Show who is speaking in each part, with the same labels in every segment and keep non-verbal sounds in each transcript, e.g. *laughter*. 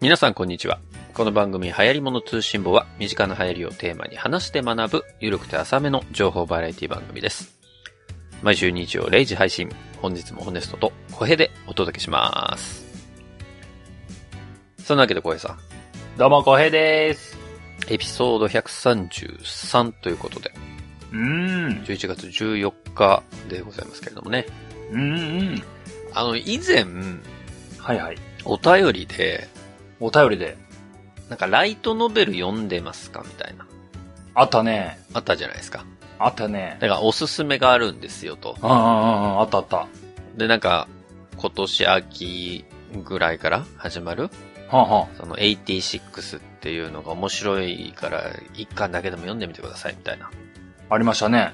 Speaker 1: 皆さんこんにちは。この番組、流行り物通信簿は、身近な流行りをテーマに話して学ぶ、ゆるくて浅めの情報バラエティ番組です。毎週日曜0時配信、本日もホネストと小平でお届けします。そんなわけで小平さん、
Speaker 2: どうも、こへです。
Speaker 1: エピソード133ということで、
Speaker 2: うーん。
Speaker 1: 11月14日でございますけれどもね。
Speaker 2: うんうん。
Speaker 1: あの、以前、
Speaker 2: はいはい。
Speaker 1: お便りで、
Speaker 2: お便りで。
Speaker 1: なんかライトノベル読んでますかみたいな。
Speaker 2: あったね。
Speaker 1: あったじゃないですか。
Speaker 2: あったね。
Speaker 1: だからおすすめがあるんですよと。
Speaker 2: うんうんうんうん。あったあった。は
Speaker 1: で、なんか、今年秋ぐらいから始まる、
Speaker 2: あ、は
Speaker 1: その86っていうのが面白いから、一巻だけでも読んでみてくださいみたいな。
Speaker 2: あ、ありましたね。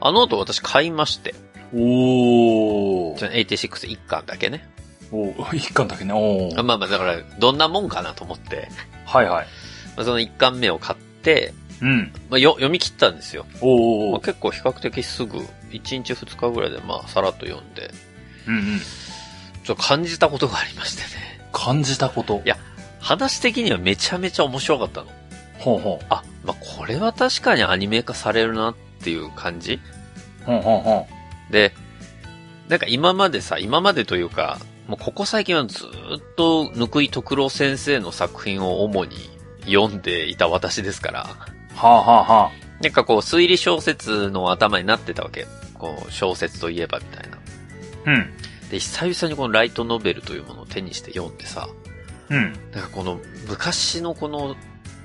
Speaker 1: あの後私買いまして。
Speaker 2: お
Speaker 1: そ
Speaker 2: ー。
Speaker 1: の86一巻だけね。
Speaker 2: おー、一巻だけね。お
Speaker 1: あ
Speaker 2: ー。
Speaker 1: まあまあ、だから、どんなもんかなと思って、
Speaker 2: はいはい。
Speaker 1: まあその一巻目を買って、
Speaker 2: うん。
Speaker 1: まあ、よ読み切ったんですよ。
Speaker 2: おー
Speaker 1: ま
Speaker 2: お
Speaker 1: あ、
Speaker 2: ー。
Speaker 1: 結構比較的すぐ、1日2日ぐらいでまあ、さらっと読んで、
Speaker 2: うんうん。
Speaker 1: ちょっと感じたことがありましてね。
Speaker 2: 感じたこと。
Speaker 1: いや話的にはめちゃめちゃ面白かったの。
Speaker 2: ほうほ
Speaker 1: あ、まあ、これは確かにアニメ化されるなっていう感じ
Speaker 2: う。ほうほうほ
Speaker 1: で、なんか今までさ、今までというか、もうここ最近はずーっと、ぬくい徳郎先生の作品を主に読んでいた私ですから、
Speaker 2: う。はあはあはあ。
Speaker 1: なんかこう推理小説の頭になってたわけ。こう小説といえばみたいな。
Speaker 2: うん。
Speaker 1: で、久々にこのライトノベルというものを手にして読んでさ、
Speaker 2: うん。
Speaker 1: なんかこの昔のこの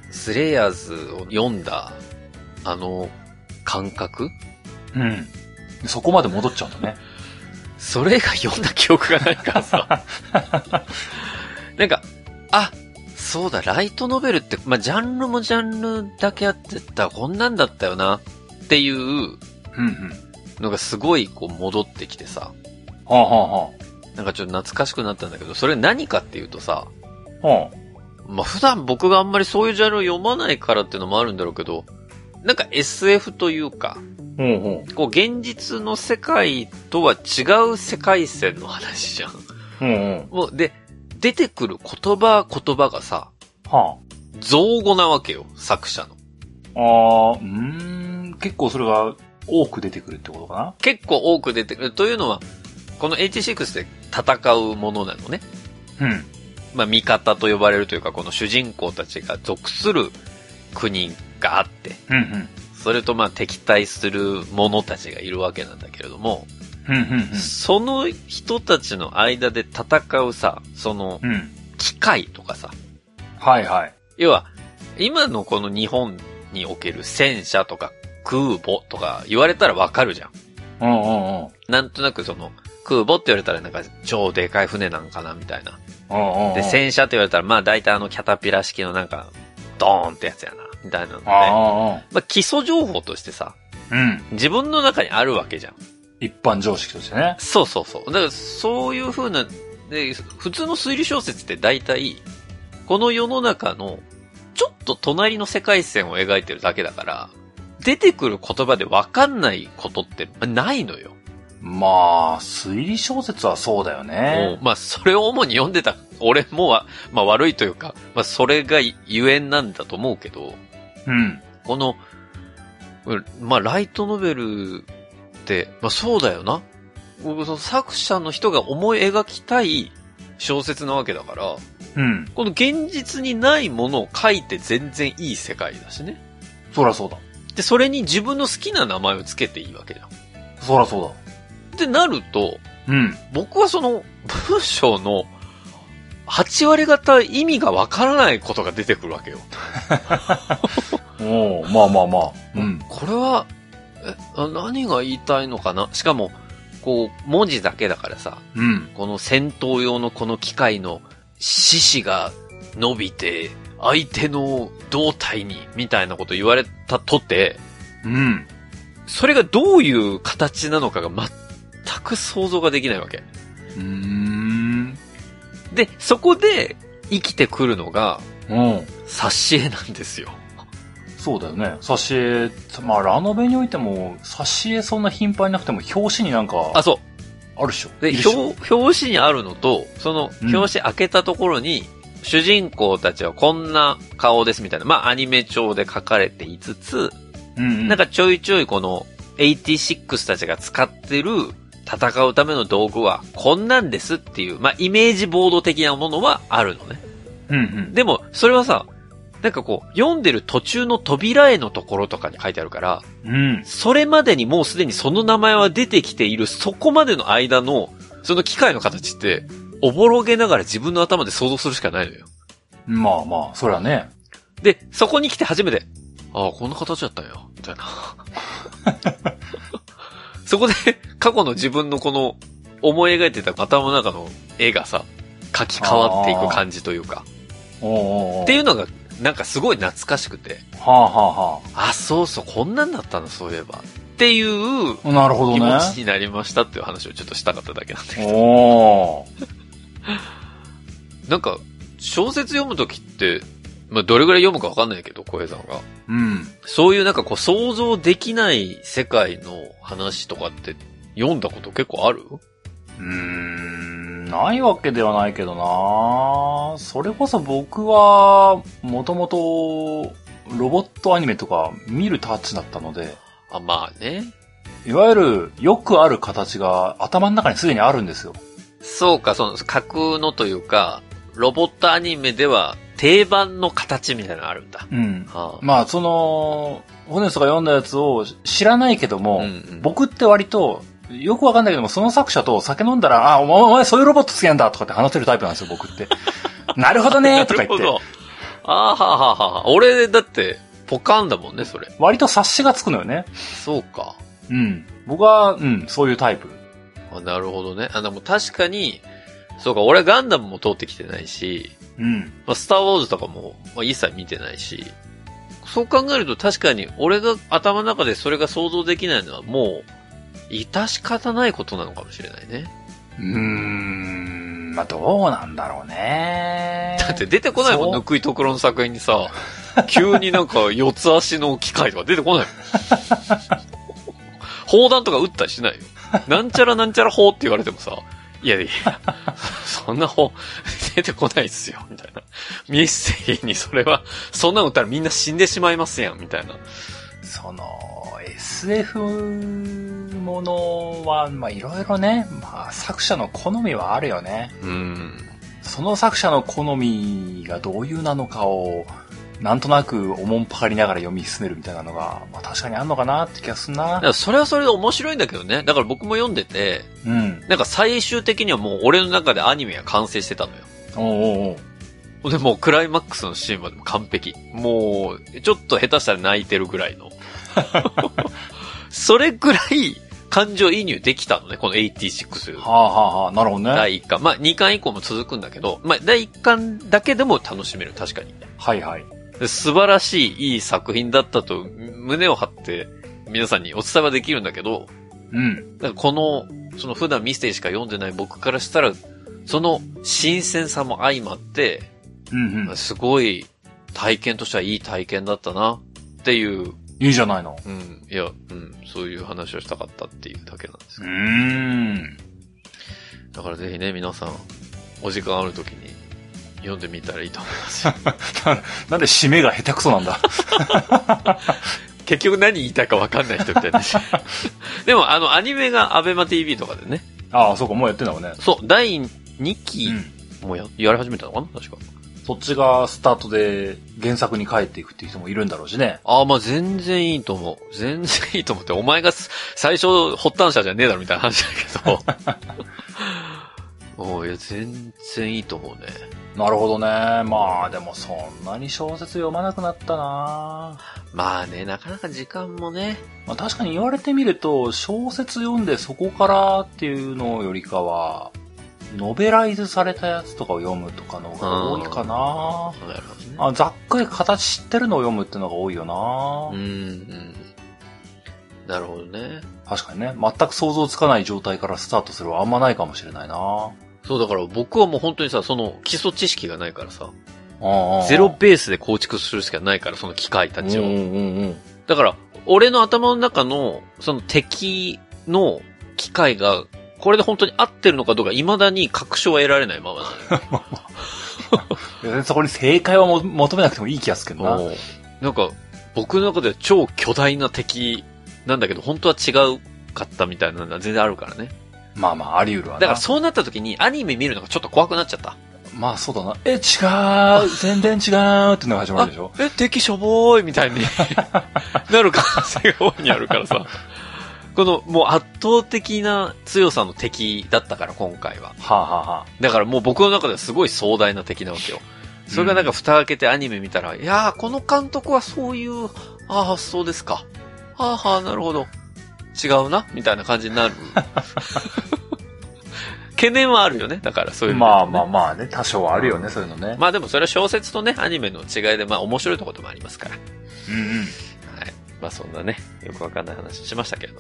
Speaker 1: スレイヤーズを読んだあの感覚
Speaker 2: うん。そこまで戻っちゃうん *laughs* だね。
Speaker 1: それが読んだ記憶がないからさ。なんか、あ、そうだ、ライトノベルって、まあ、ジャンルもジャンルだけやってたらこんなんだったよなっていう
Speaker 2: うんうん。
Speaker 1: のがすごいこう戻ってきてさ。
Speaker 2: はあはあは
Speaker 1: なんかちょっと懐かしくなったんだけど、それ何かっていうとさ、
Speaker 2: あ。は
Speaker 1: まあ、普段僕があんまりそういうジャンルを読まないからっていうのもあるんだろうけど、なんか SF というか、
Speaker 2: あ。ほうほ
Speaker 1: こう現実の世界とは違う世界線の話じゃん。
Speaker 2: う。うんうん。
Speaker 1: もう、で、出てくる言葉言葉がさ、
Speaker 2: はあ。
Speaker 1: 造語なわけよ、作者の。
Speaker 2: あー、うーん、結構それが多く出てくるってことかな
Speaker 1: 結構多く出てくる。というのは、この H6 で戦うものなのね。
Speaker 2: うん。
Speaker 1: まあ、味方と呼ばれるというか、この主人公たちが属する国があって、
Speaker 2: うん、うん。
Speaker 1: それとまあ敵対する者たちがいるわけなんだけれども、
Speaker 2: うん、
Speaker 1: その人たちの間で戦うさ、その
Speaker 2: うん、うん。うん。
Speaker 1: 機械とかさ、
Speaker 2: はいはい。
Speaker 1: 要は、今のこの日本における戦車とか空母とか言われたらわかるじゃん。
Speaker 2: うん、うん、うん。
Speaker 1: なんとなくその、空母って言われたらなんか超でかい船なんかなみたいな。
Speaker 2: うん、うん。
Speaker 1: で、戦車って言われたらまあ大体あのキャタピラ式のなんか、ドーンってやつやな、みたいなので、ま
Speaker 2: あ
Speaker 1: あ基礎情報としてさ、
Speaker 2: ー、うん。うん。
Speaker 1: 自分の中にあるわけじゃん。
Speaker 2: 一般常識としてね。
Speaker 1: そうそうそう。だからそういう風な、で、普通の推理小説って大体、この世の中の、ちょっと隣の世界線を描いてるだけだから、出てくる言葉でわかんないことってないのよ。
Speaker 2: まあ、推理小説はそうだよ
Speaker 1: も
Speaker 2: ね
Speaker 1: う。まあ、それを主に読んでた俺もは、まあ悪いというか、まあそれがゆえんなんだと思うけど、
Speaker 2: うん。
Speaker 1: この、うんまあ、ライトノベルって、まあ、そうだよな。僕、その作者の人が思い描きたい小説なわけだから、
Speaker 2: うん。
Speaker 1: この現実にないものを書いて全然いい世界だしね。
Speaker 2: そらそうだ。
Speaker 1: で、それに自分の好きな名前をつけていいわけじゃん。
Speaker 2: そらそうだ。
Speaker 1: ってなると、
Speaker 2: うん。
Speaker 1: 僕はその文章の8割方意味がわからないことが出てくるわけよ。
Speaker 2: おーまあまあまあ。うん。
Speaker 1: これは、え、あ何が言いたいのかなしかも、こう、文字だけだからさ、
Speaker 2: うん。
Speaker 1: この戦闘用のこの機械の獅子が伸びて、相手の胴体に、みたいなこと言われたとて、
Speaker 2: うん。
Speaker 1: それがどういう形なのかが全く想像ができないわけ。
Speaker 2: うーん。
Speaker 1: で、そこで生きてくるのが、
Speaker 2: うん。
Speaker 1: 挿絵なんですよ。
Speaker 2: そうだよね。挿絵、まあ、ラノベにおいても、挿絵そんな頻繁になくても、表紙になんか
Speaker 1: あ、、そう。
Speaker 2: あるっしょ。
Speaker 1: で
Speaker 2: いるっしょ
Speaker 1: 表、表紙にあるのと、その、
Speaker 2: うん
Speaker 1: 表紙開けたところに、主人公たちはこんな顔ですみたいな、まあアニメ調で書かれていつつ、
Speaker 2: うん。
Speaker 1: なん、かちょいちょいこの86たちが使ってる戦うための道具はこんなんですっていう、まあイメージボード的なものはあるのね。
Speaker 2: うんうん。
Speaker 1: でも、それはさ、なんかこう、読んでる途中の扉絵のところとかに書いてあるから、
Speaker 2: うん。
Speaker 1: それまでにもうすでにその名前は出てきている、そこまでの間の、その機械の形って、おぼろげながら自分の頭で想像するしかないのよ。
Speaker 2: まあまあ、そりゃね。
Speaker 1: で、そこに来て初めて、ああ、こんな形だったんや、みたいな。そこで、過去の自分のこの、思い描いてた頭の中の絵がさ、書き換わっていく感じというか、
Speaker 2: おうおうおう
Speaker 1: っていうのが、なんかすごい懐かしくて、
Speaker 2: はあはあは
Speaker 1: あ、そうそう、こんなんだったの、そういえば。っていう、
Speaker 2: あ。なるほど
Speaker 1: 気
Speaker 2: ね
Speaker 1: 持。ちになりましたっていう話をちょっとしたかっただけなんだけど。
Speaker 2: おお。
Speaker 1: なんか、小説読むときって、まあ、どれぐらい読むかわかんないけど、小平さんが。
Speaker 2: うん。
Speaker 1: そういうなんかこう、想像できない世界の話とかって、読んだこと結構ある
Speaker 2: うーん、ないわけではないけどなそれこそ僕は、もともと、ロボットアニメとか見るタッチだったので、
Speaker 1: あ、まあね。
Speaker 2: いわゆるよくある形が頭の中にすでにあるんですよ。
Speaker 1: そうか、その、架空のというか、ロボットアニメでは定番の形みたいなのあるんだ。
Speaker 2: うん。
Speaker 1: は
Speaker 2: まあ、その、ホネスが読んだやつを知らないけど
Speaker 1: あ、
Speaker 2: も、
Speaker 1: うんうん
Speaker 2: 僕って割と、よくわかんないけども、その作者と酒飲んだら、あ、お前お前そういうロボット好きなんだとかって話せるタイプなんですよ、僕 *laughs* って。なるほどねとか言っ
Speaker 1: なる
Speaker 2: て。
Speaker 1: ほど。あーはーはーはーはー俺、だって、ポカンだもんね、それ。
Speaker 2: 割と察しがつくのよね。
Speaker 1: そうか。
Speaker 2: うん。僕は、うん、そういうタイプ。
Speaker 1: あなるほどね。あ、でも確かに、そうか、俺ガンダムも通ってきてないし、
Speaker 2: うん。
Speaker 1: まあ、スターウォーズとかも、まあ、一切見てないし、そう考えると確かに俺が頭の中でそれが想像できないのはもう、致し方ないことなのかもしれないね。
Speaker 2: うーん、まあ、どうなんだろうね。
Speaker 1: だって出てこないもん、
Speaker 2: そう
Speaker 1: ぬくいとくろの作品にさ、急になん
Speaker 2: *laughs*
Speaker 1: か四つ足の機械とか出てこないもん。砲弾とか撃ったりしないよ。なんちゃらなんちゃら砲って言われてもさ、いやいや、そんな砲出てこないっすよ、みたいな。ミステリーにそれは、そんなの撃ったらみんな死んでしまいますやん、みたいな。
Speaker 2: その、SF ものは、まあ、いろいろね、まあ、作者の好みはあるよね。
Speaker 1: うん。
Speaker 2: その作者の好みがどういうなのかを、なんとなくおもんぱかりながら読み進めるみたいなのが、まあ、確かにあんのかなって気がする
Speaker 1: だ
Speaker 2: な
Speaker 1: か。らそれはそれで面白いんだけどね。だから僕も読んでて、
Speaker 2: うん。
Speaker 1: なんか最終的にはもう俺の中でアニメが完成してたのよ。
Speaker 2: おうおうおう
Speaker 1: で、もうクライマックスのシーンまでも完璧。もう、ちょっと下手したら泣いてるぐらいの。それぐらい感情移入できたのね、この86
Speaker 2: はあはあはあ、なるほどね。はい
Speaker 1: 第1巻。まあ2巻以降も続くんだけど、まあ第1巻だけでも楽しめる、確かに。
Speaker 2: はい。
Speaker 1: で素晴らしい、いい作品だったと胸を張って皆さんにお伝えはできるんだけど、
Speaker 2: うん。
Speaker 1: だからこの、その普段ミステリーしか読んでない僕からしたら、その新鮮さも相まって、
Speaker 2: うんうん。
Speaker 1: すごい体験としてはいい体験だったなっていう、
Speaker 2: いいじゃないの。
Speaker 1: うん、いや、うん、そういう話をしたかったっていうだけなんです
Speaker 2: うーん。
Speaker 1: だからぜひね、皆さん、お時間ある時に読んでみたらいいと思いますよ。
Speaker 2: なんで締めが下手くそなん *laughs* だ。
Speaker 1: *laughs* 結局何言いたいかわかんない人み
Speaker 2: *laughs*
Speaker 1: たいだし。でも、あの、アニメがアベマ TV とかでね、
Speaker 2: ああ、そうか、もうやってんだもんね。
Speaker 1: そう、第2期
Speaker 2: うん。
Speaker 1: もや,、やり始めたのかな確か。
Speaker 2: そっちがスタートで原作に帰っていくっていう人もいるんだろうしね。
Speaker 1: ああ、まあ全然いいと思う。全然いいと思って、お前がす最初発端者じゃねえだろみたいな話だけど。
Speaker 2: *laughs*
Speaker 1: おういや、全然いいと思うね。
Speaker 2: なるほどね。まあ、でもそんなに小説読まなくなったな
Speaker 1: まあね、なかなか時間もね。
Speaker 2: まあ確かに言われてみると、小説読んでそこからっていうのよりかは、ノベライズされたやつとかを読むとかの方が多い
Speaker 1: なるほ
Speaker 2: かな
Speaker 1: どね。
Speaker 2: あざっくり形知ってるのを読むってのが多いよ
Speaker 1: う
Speaker 2: な、
Speaker 1: ん、うん。なるほどね。
Speaker 2: 確かにね。全く想像つかない状態からスタートするはあんまないかもしれないな
Speaker 1: そう、だから僕はもう本当にさ、その基礎知識がないからさ、
Speaker 2: ああ
Speaker 1: ゼロベースで構築するしかないから、その機械たちを。
Speaker 2: うんうんうんうん。
Speaker 1: だから、俺の頭の中の、その敵の機械が、これで本当に合ってるのかどうか、未だに確証は得られないままなのよ
Speaker 2: 別にそこに正解はも求めなくてもいい気がするけどな。
Speaker 1: おーなんか、僕の中では超巨大な敵なんだけど、本当は違うかったみたいなのが全然あるからね。
Speaker 2: まあまあ、あり得るわな。
Speaker 1: だからそうなった時にアニメ見るのがちょっと怖くなっちゃった。
Speaker 2: まあそうだな。え、違う全然違うっていうのが始まるでしょ
Speaker 1: え、敵しょぼーいみたいに *laughs* なる可能性が大いにあるからさ。このもう圧倒的な強さの敵だったから今回は。
Speaker 2: はあ、はあはあ、
Speaker 1: だからもう僕の中ではすごい壮大な敵なわけよ。それがなんか蓋開けてアニメ見たら、いやー、この監督はそういう、ああ、発想ですか。はあはあ、なるほど。違うな、みたいな感じに *laughs* なる。懸念はあるよね。だからそういう、
Speaker 2: まあまあ。まあね、多少はあるよね、そういうのね。
Speaker 1: まあでもそれは小説とね、アニメの違いで、まあ面白いところもありますから。は
Speaker 2: う
Speaker 1: い。まあそんなね、よくわかんない話しましたけれど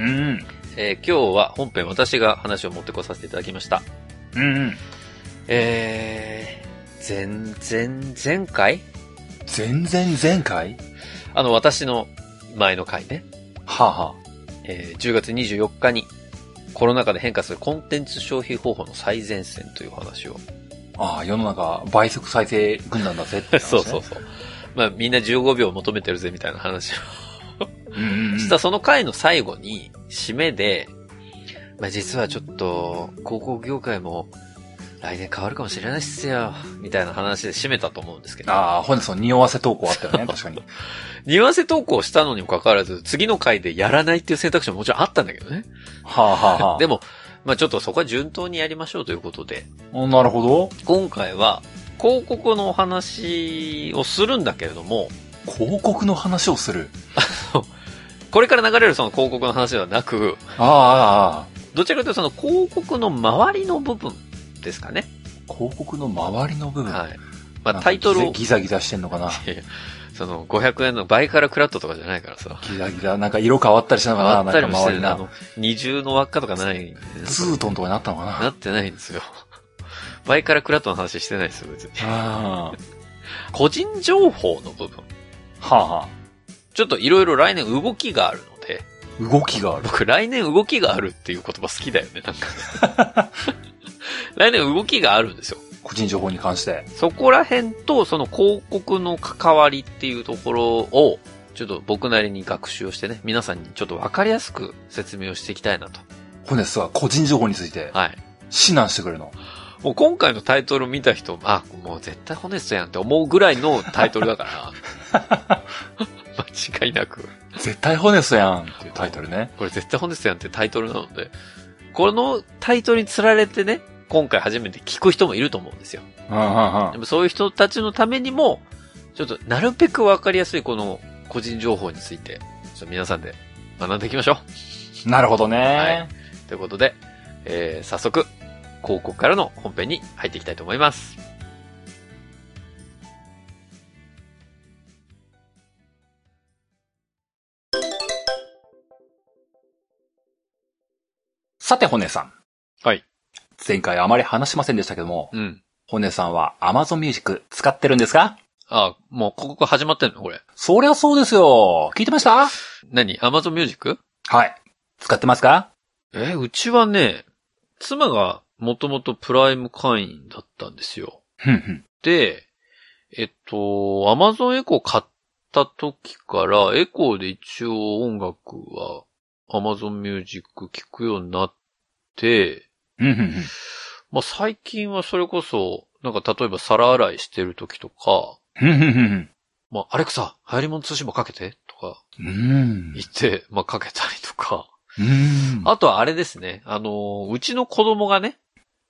Speaker 1: も。
Speaker 2: んうん。うん
Speaker 1: えー今日は本編私が話を持ってこさせていただきました。
Speaker 2: うん。うん。
Speaker 1: えー、前、前、前回
Speaker 2: 全然前回
Speaker 1: あの、私の前の回ね、
Speaker 2: はあ、は
Speaker 1: えー10月24日に、コロナ禍で変化するコンテンツ消費方法の最前線というお話を。
Speaker 2: あ、ああ、世の中倍速再生軍団だぜって、
Speaker 1: *laughs*
Speaker 2: *laughs*
Speaker 1: そうそう。そう。まあみんな15秒求めてるぜみたいな話を。
Speaker 2: うん、うん。
Speaker 1: 実はその回の最後に、締めで、まあ実はちょっと、広告業界も来年変わるかもしれないっすよ、みたいな話で締めたと思うんですけど。
Speaker 2: ああ、本日の匂わせ投稿あったよ *laughs* ね、確かに。
Speaker 1: 匂わせ投稿したのにもかかわらず、次の回でやらないっていう選択肢ももちろんあったんだけどね。
Speaker 2: はあ、はあはあ、
Speaker 1: でも、まあちょっとそこは順当にやりましょうということで、
Speaker 2: も、なるほど。
Speaker 1: 今回は広告のお話をするんだけれども、
Speaker 2: 広告の話をする。
Speaker 1: これから流れるその広告の話ではなく、
Speaker 2: ああ、ああ、
Speaker 1: どちらかというとその広告の周りの部分ですかね。
Speaker 2: 広告の周りの部分。
Speaker 1: はい。まあタイトル
Speaker 2: なん
Speaker 1: を
Speaker 2: か、ギザギザしてんのかな。
Speaker 1: *laughs* その500円の倍からクラットとかじゃないからさ。
Speaker 2: ギザギザ、なんか色変わったりしたのか
Speaker 1: あ
Speaker 2: な、
Speaker 1: っ
Speaker 2: な
Speaker 1: た
Speaker 2: ん
Speaker 1: り
Speaker 2: か
Speaker 1: もして
Speaker 2: 周り
Speaker 1: るあ
Speaker 2: な。
Speaker 1: の、二重の輪っかとかない。
Speaker 2: ツートンとかになったのかな。
Speaker 1: なってないん
Speaker 2: *laughs*
Speaker 1: ですよ。倍からクラットの話してないですよ、別に。
Speaker 2: あ
Speaker 1: 個人情報の部分。
Speaker 2: あ、はあ、は
Speaker 1: ちょっといろいろ来年動きがあるので、
Speaker 2: あ、動きがある。
Speaker 1: 僕来年動きがあるっていう言葉好きだよね、なんか。 *laughs* 来年動きがあるんですよ。
Speaker 2: 個人情報に関して。
Speaker 1: そこら辺とその広告の関わりっていうところを、ちょっと僕なりに学習をしてね、皆さんにちょっとわかりやすく説明をしていきたいなと。
Speaker 2: 本日は個人情報について
Speaker 1: はい。
Speaker 2: 指南してくれるの。
Speaker 1: もう今回のタイトルを見た人も、あ、もう絶対ホネストやんって思うぐらいのタイトルだから。 *laughs* 間違いなく。
Speaker 2: 絶対ホネストやんっていうタイトルね。
Speaker 1: これ絶対ホネストやんってタイトルなので、このタイトルに釣られてね、今回初めて聞く人もいると思うんですよ。
Speaker 2: うんうん
Speaker 1: でもそういう人たちのためにも、ちょっとなるべくわかりやすいこの個人情報について、ちょっと皆さんで学んでいきましょ
Speaker 2: うん。なるほどね。
Speaker 1: はいう。ということで、えー、早速、広告からの本編に入っていきたいと思います。
Speaker 2: さて、ホネさん。
Speaker 1: はい。
Speaker 2: 前回あまり話しませんでしたけども、
Speaker 1: うん。
Speaker 2: ホネさんは Amazon Music 使ってるんですか
Speaker 1: あ、もう広告始まってんのこれ。
Speaker 2: そりゃそうですよ。聞いてました
Speaker 1: 何 ?Amazon Music?
Speaker 2: はい。使ってますか
Speaker 1: えー、うちはね、妻がもともとプライム会員だったんですよ。
Speaker 2: ふんふん。
Speaker 1: で、えっと、アマゾンエコー買った時から、エコーで一応音楽はアマゾンミュージック聴くようになって、
Speaker 2: うんふんふん。
Speaker 1: まあ最近はそれこそ、なんか例えば皿洗いしてる時とか、
Speaker 2: ふんふんふんふん。
Speaker 1: まあアレクサ、流行り物通信簿かけてとか
Speaker 2: うん。
Speaker 1: 言って、まあかけたりとか。
Speaker 2: うん。
Speaker 1: あとはあれですね、あの、うちの子供がね、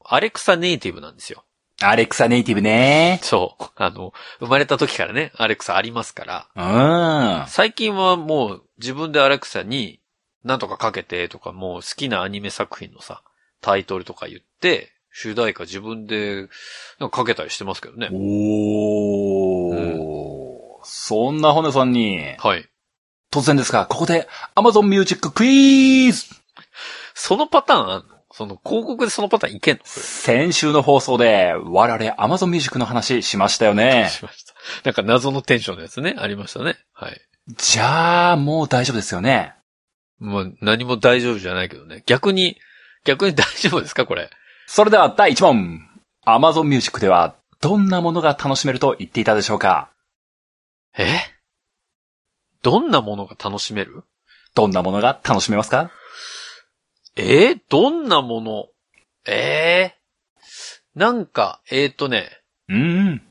Speaker 1: アレクサネイティブなんですよ。
Speaker 2: アレクサネイティブね。
Speaker 1: そう。あの、生まれた時からね、アレクサありますから。
Speaker 2: うん。は
Speaker 1: 最近はもう自分でアレクサになんとかかけてとかもう好きなアニメ作品のさ、タイトルとか言って、主題歌自分でなんかかけたりしてますけどね。
Speaker 2: おー。そんなホネさんに、
Speaker 1: はい。
Speaker 2: 突然ですが、ここで Amazon Music クイズ
Speaker 1: そのパターンあんのその広告でそのパターンいけんのそれ
Speaker 2: 先週の放送で、我々 Amazon Music の話しましたよね。
Speaker 1: しました。なんか謎のテンションのやつね、ありましたね。はい。
Speaker 2: じゃあ、もう大丈夫ですよね。
Speaker 1: もう何も大丈夫じゃないけどね。逆に、逆に大丈夫ですかこれ。
Speaker 2: それでは第1問。Amazon Music ではどんなものが楽しめると言っていたでしょうか
Speaker 1: えどんなものが楽しめる
Speaker 2: どんなものが楽しめますか
Speaker 1: えーどんなものええなんか、えっ、とね、
Speaker 2: うーん。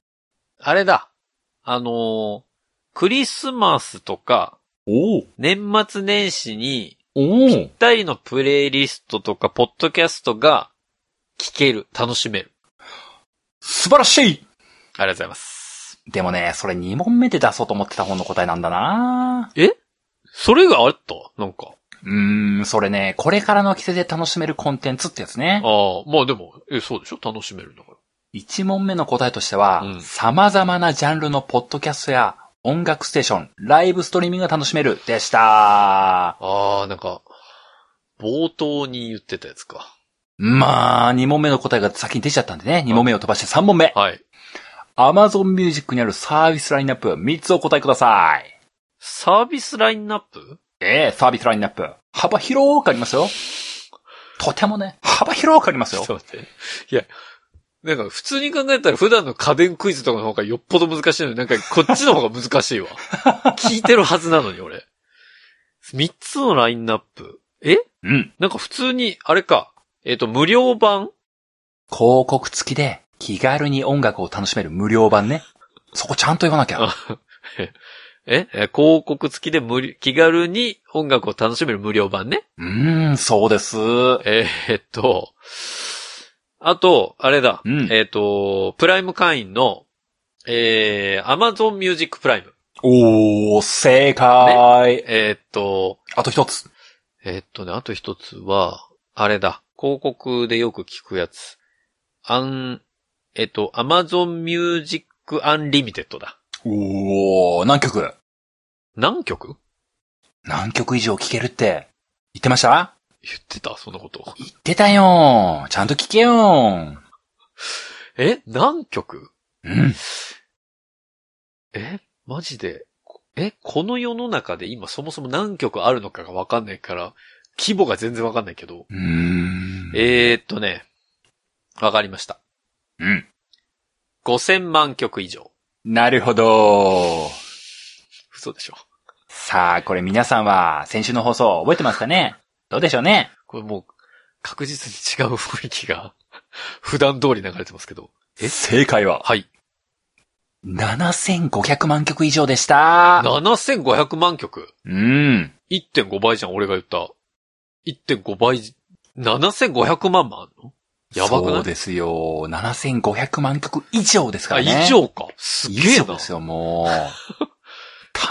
Speaker 1: あれだ。あのークリスマスとか、
Speaker 2: おー
Speaker 1: 年末年始に、
Speaker 2: おー
Speaker 1: 二人のプレイリストとか、ポッドキャストが、聞ける、楽しめる。
Speaker 2: 素晴らしい
Speaker 1: ありがとうございます。
Speaker 2: でもね、それ2問目で出そうと思ってた本の答えなんだな
Speaker 1: それがあったなんか。
Speaker 2: うーん、それね、これからの季節で楽しめるコンテンツってやつね。
Speaker 1: ああ、まあでも、え、そうでしょ楽しめるんだから。
Speaker 2: 1問目の答えとしては、
Speaker 1: うん
Speaker 2: 様々なジャンルのポッドキャストや音楽ステーション、ライブストリーミングが楽しめるでした。
Speaker 1: ああ、なんか、冒頭に言ってたやつか。
Speaker 2: まあ、2問目の答えが先に出ちゃったんでね、2問目を飛ばして3問目。
Speaker 1: はい。
Speaker 2: Amazon Music にあるサービスラインナップ3つお答えください。
Speaker 1: サービスラインナップ
Speaker 2: ええサービスラインナップ。幅広くありますよ。とてもね、幅広くありま
Speaker 1: ち
Speaker 2: す
Speaker 1: ょ
Speaker 2: よ
Speaker 1: っ。と待って。いや、なんか普通に考えたら普段の家電クイズとかの方がよっぽど難しいのに、なんかこっちの方が難しい
Speaker 2: *laughs*
Speaker 1: わ。聞いてるはずなのに俺。3つのラインナップ。え
Speaker 2: うん。
Speaker 1: なんか普通に、あれか。えっ、と、無料版
Speaker 2: 広告付きで気軽に音楽を楽しめる無料版ね。そこちゃんと言わなきゃ。
Speaker 1: ええ広告付きで無料気軽に音楽を楽しめる無料版ね。
Speaker 2: うーん、そうです。
Speaker 1: えーっと、あと、あれだ。
Speaker 2: うん
Speaker 1: えーっと、プライム会員の、えー、Amazon Music プライム。
Speaker 2: おー、正解。
Speaker 1: えーっと、
Speaker 2: あと一つ。
Speaker 1: えーっとね、あと一つは、あれだ。広告でよく聞くやつ。アン、えーっと、Amazon Music Unlimited だ。
Speaker 2: おー、何曲
Speaker 1: 何曲
Speaker 2: 何曲以上聴けるって、言ってました
Speaker 1: 言ってたそんなこと。
Speaker 2: 言ってたよー。ちゃんと聴けよー。
Speaker 1: え何曲
Speaker 2: うん。
Speaker 1: えマジでこえこの世の中で今そもそも何曲あるのかがわかんないから、規模が全然わかんないけど。
Speaker 2: うーん。
Speaker 1: えー、っとね、わかりました。
Speaker 2: うん。
Speaker 1: 5000万曲以上。
Speaker 2: なるほど。
Speaker 1: 嘘でしょ。
Speaker 2: さあ、これ皆さんは先週の放送覚えてますかねどうでしょうね
Speaker 1: これもう、確実に違う雰囲気が、 *laughs* 普段通り流れてますけど。え
Speaker 2: 正解は
Speaker 1: はい。
Speaker 2: 7500万曲以上でした。
Speaker 1: 7500万曲。
Speaker 2: うん。
Speaker 1: 1.5倍じゃん、俺が言った。1.5倍じ、7500万もあんのやばくない
Speaker 2: そうですよ。7500万曲以上ですからね。
Speaker 1: あ、以上か。す
Speaker 2: 以
Speaker 1: げえ
Speaker 2: 上
Speaker 1: な
Speaker 2: で。すよ、もう。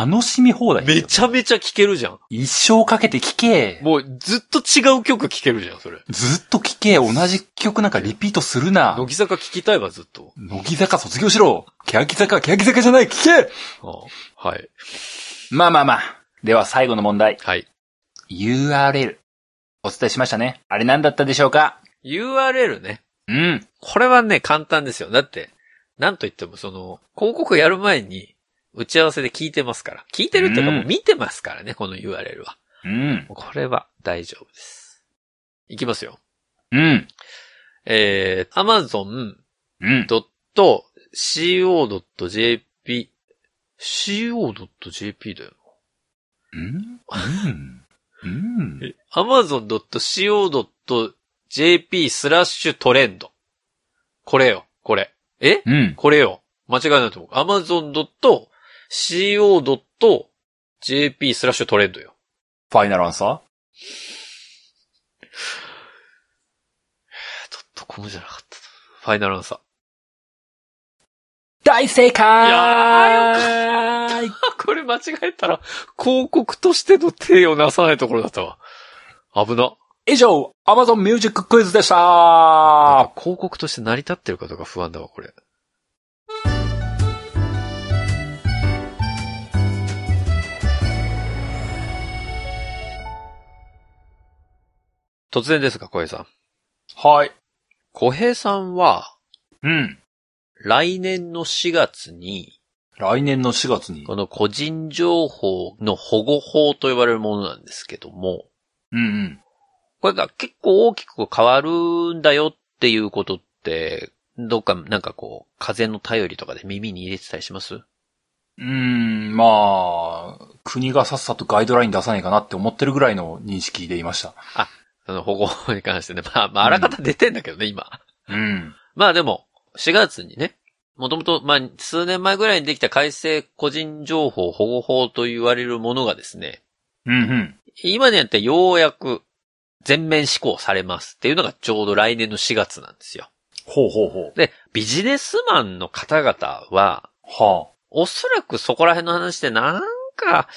Speaker 2: 楽しみ放題です
Speaker 1: め
Speaker 2: よ。
Speaker 1: ちゃめちゃ聴けるじゃん。
Speaker 2: 一生かけて聴け。
Speaker 1: もうずっと違う曲聴けるじゃん、それ。
Speaker 2: ずっと聴け。同じ曲なんかリピートするな。
Speaker 1: 乃木坂聴きたいわ、ずっと。
Speaker 2: 乃木坂卒業しろ。欅坂、欅坂じゃない、聴け
Speaker 1: あはい。
Speaker 2: まあまあまあ。では最後の問題。
Speaker 1: はい。
Speaker 2: URL。お伝えしましたね。あれ何だったでしょうか
Speaker 1: URL ね。
Speaker 2: うん。
Speaker 1: これはね、簡単ですよ。だって、なんといってもその、広告やる前に、打ち合わせで聞いてますから。聞いてるっていうか
Speaker 2: うん
Speaker 1: もう見てますからね、この URL は。
Speaker 2: うん。
Speaker 1: これは大丈夫です。いきますよ。
Speaker 2: うん。
Speaker 1: えー、
Speaker 2: うん。
Speaker 1: amazon.co.jp co.jp だよ
Speaker 2: うん。うん。
Speaker 1: な。amazon.co.jp スラッシュトレンド。これよ、これ。え
Speaker 2: うん。
Speaker 1: これよ。間違いないと思う。amazon.co.jp スラッシュトレンドよ。
Speaker 2: ファイナルアンサー
Speaker 1: ちょっとコムじゃなかった。ファイナルアンサ
Speaker 2: 大正解
Speaker 1: やー。 *laughs* これ間違えたら、広告としての手をなさないところだったわ。危な。
Speaker 2: 以上、Amazon Music クイズでした
Speaker 1: 広告として成り立ってるかどうか不安だわ、これ。突然ですが、小平さん。
Speaker 2: はい。
Speaker 1: 小平さんは、
Speaker 2: うん。
Speaker 1: 来年の4月に、
Speaker 2: 来年の4月に
Speaker 1: こ。の個人情報の保護法と言われるものなんですけども、
Speaker 2: うん
Speaker 1: これが結構大きく変わるんだよっていうことって、どっか、なんかこう、風の頼りとかで耳に入れてたりします
Speaker 2: うーん、まあ、国がさっさとガイドライン出さないかなって思ってるぐらいの認識でいました。
Speaker 1: その保護法に関してね。まあ、まあ、あらかた出てんだけどね、今。
Speaker 2: うん。
Speaker 1: まあでも、4月にね、もともと、まあ、数年前ぐらいにできた改正個人情報保護法と言われるものがですね、
Speaker 2: うんうん。
Speaker 1: 今になってようやく全面施行されますっていうのがちょうど来年の4月なんですよ。
Speaker 2: ほうほうほう。
Speaker 1: で、ビジネスマンの方々は、
Speaker 2: は
Speaker 1: おそらくそこら辺の話でなんか、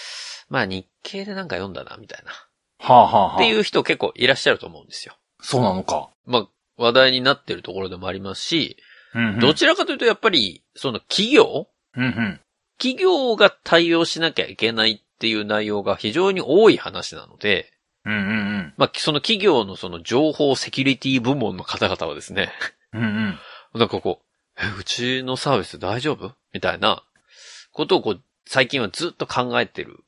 Speaker 1: まあ日経でなんか読んだな、みたいな。
Speaker 2: あ、はあはあはあ。。
Speaker 1: っていうう人結構いらっしゃると思うんですよ。
Speaker 2: そうなのか。
Speaker 1: まあ、話題になってるところでもありますし、
Speaker 2: うん、うん。
Speaker 1: どちらかというとやっぱり、その企業
Speaker 2: うんうん。
Speaker 1: 企業が対応しなきゃいけないっていう内容が非常に多い話なので、
Speaker 2: うんうん
Speaker 1: まあ、その企業のその情報セキュリティ部門の方々はですね、
Speaker 2: うん。うんうん。
Speaker 1: なんかこう、え、うちのサービス大丈夫みたいなことをこう、最近はずっと考えてる、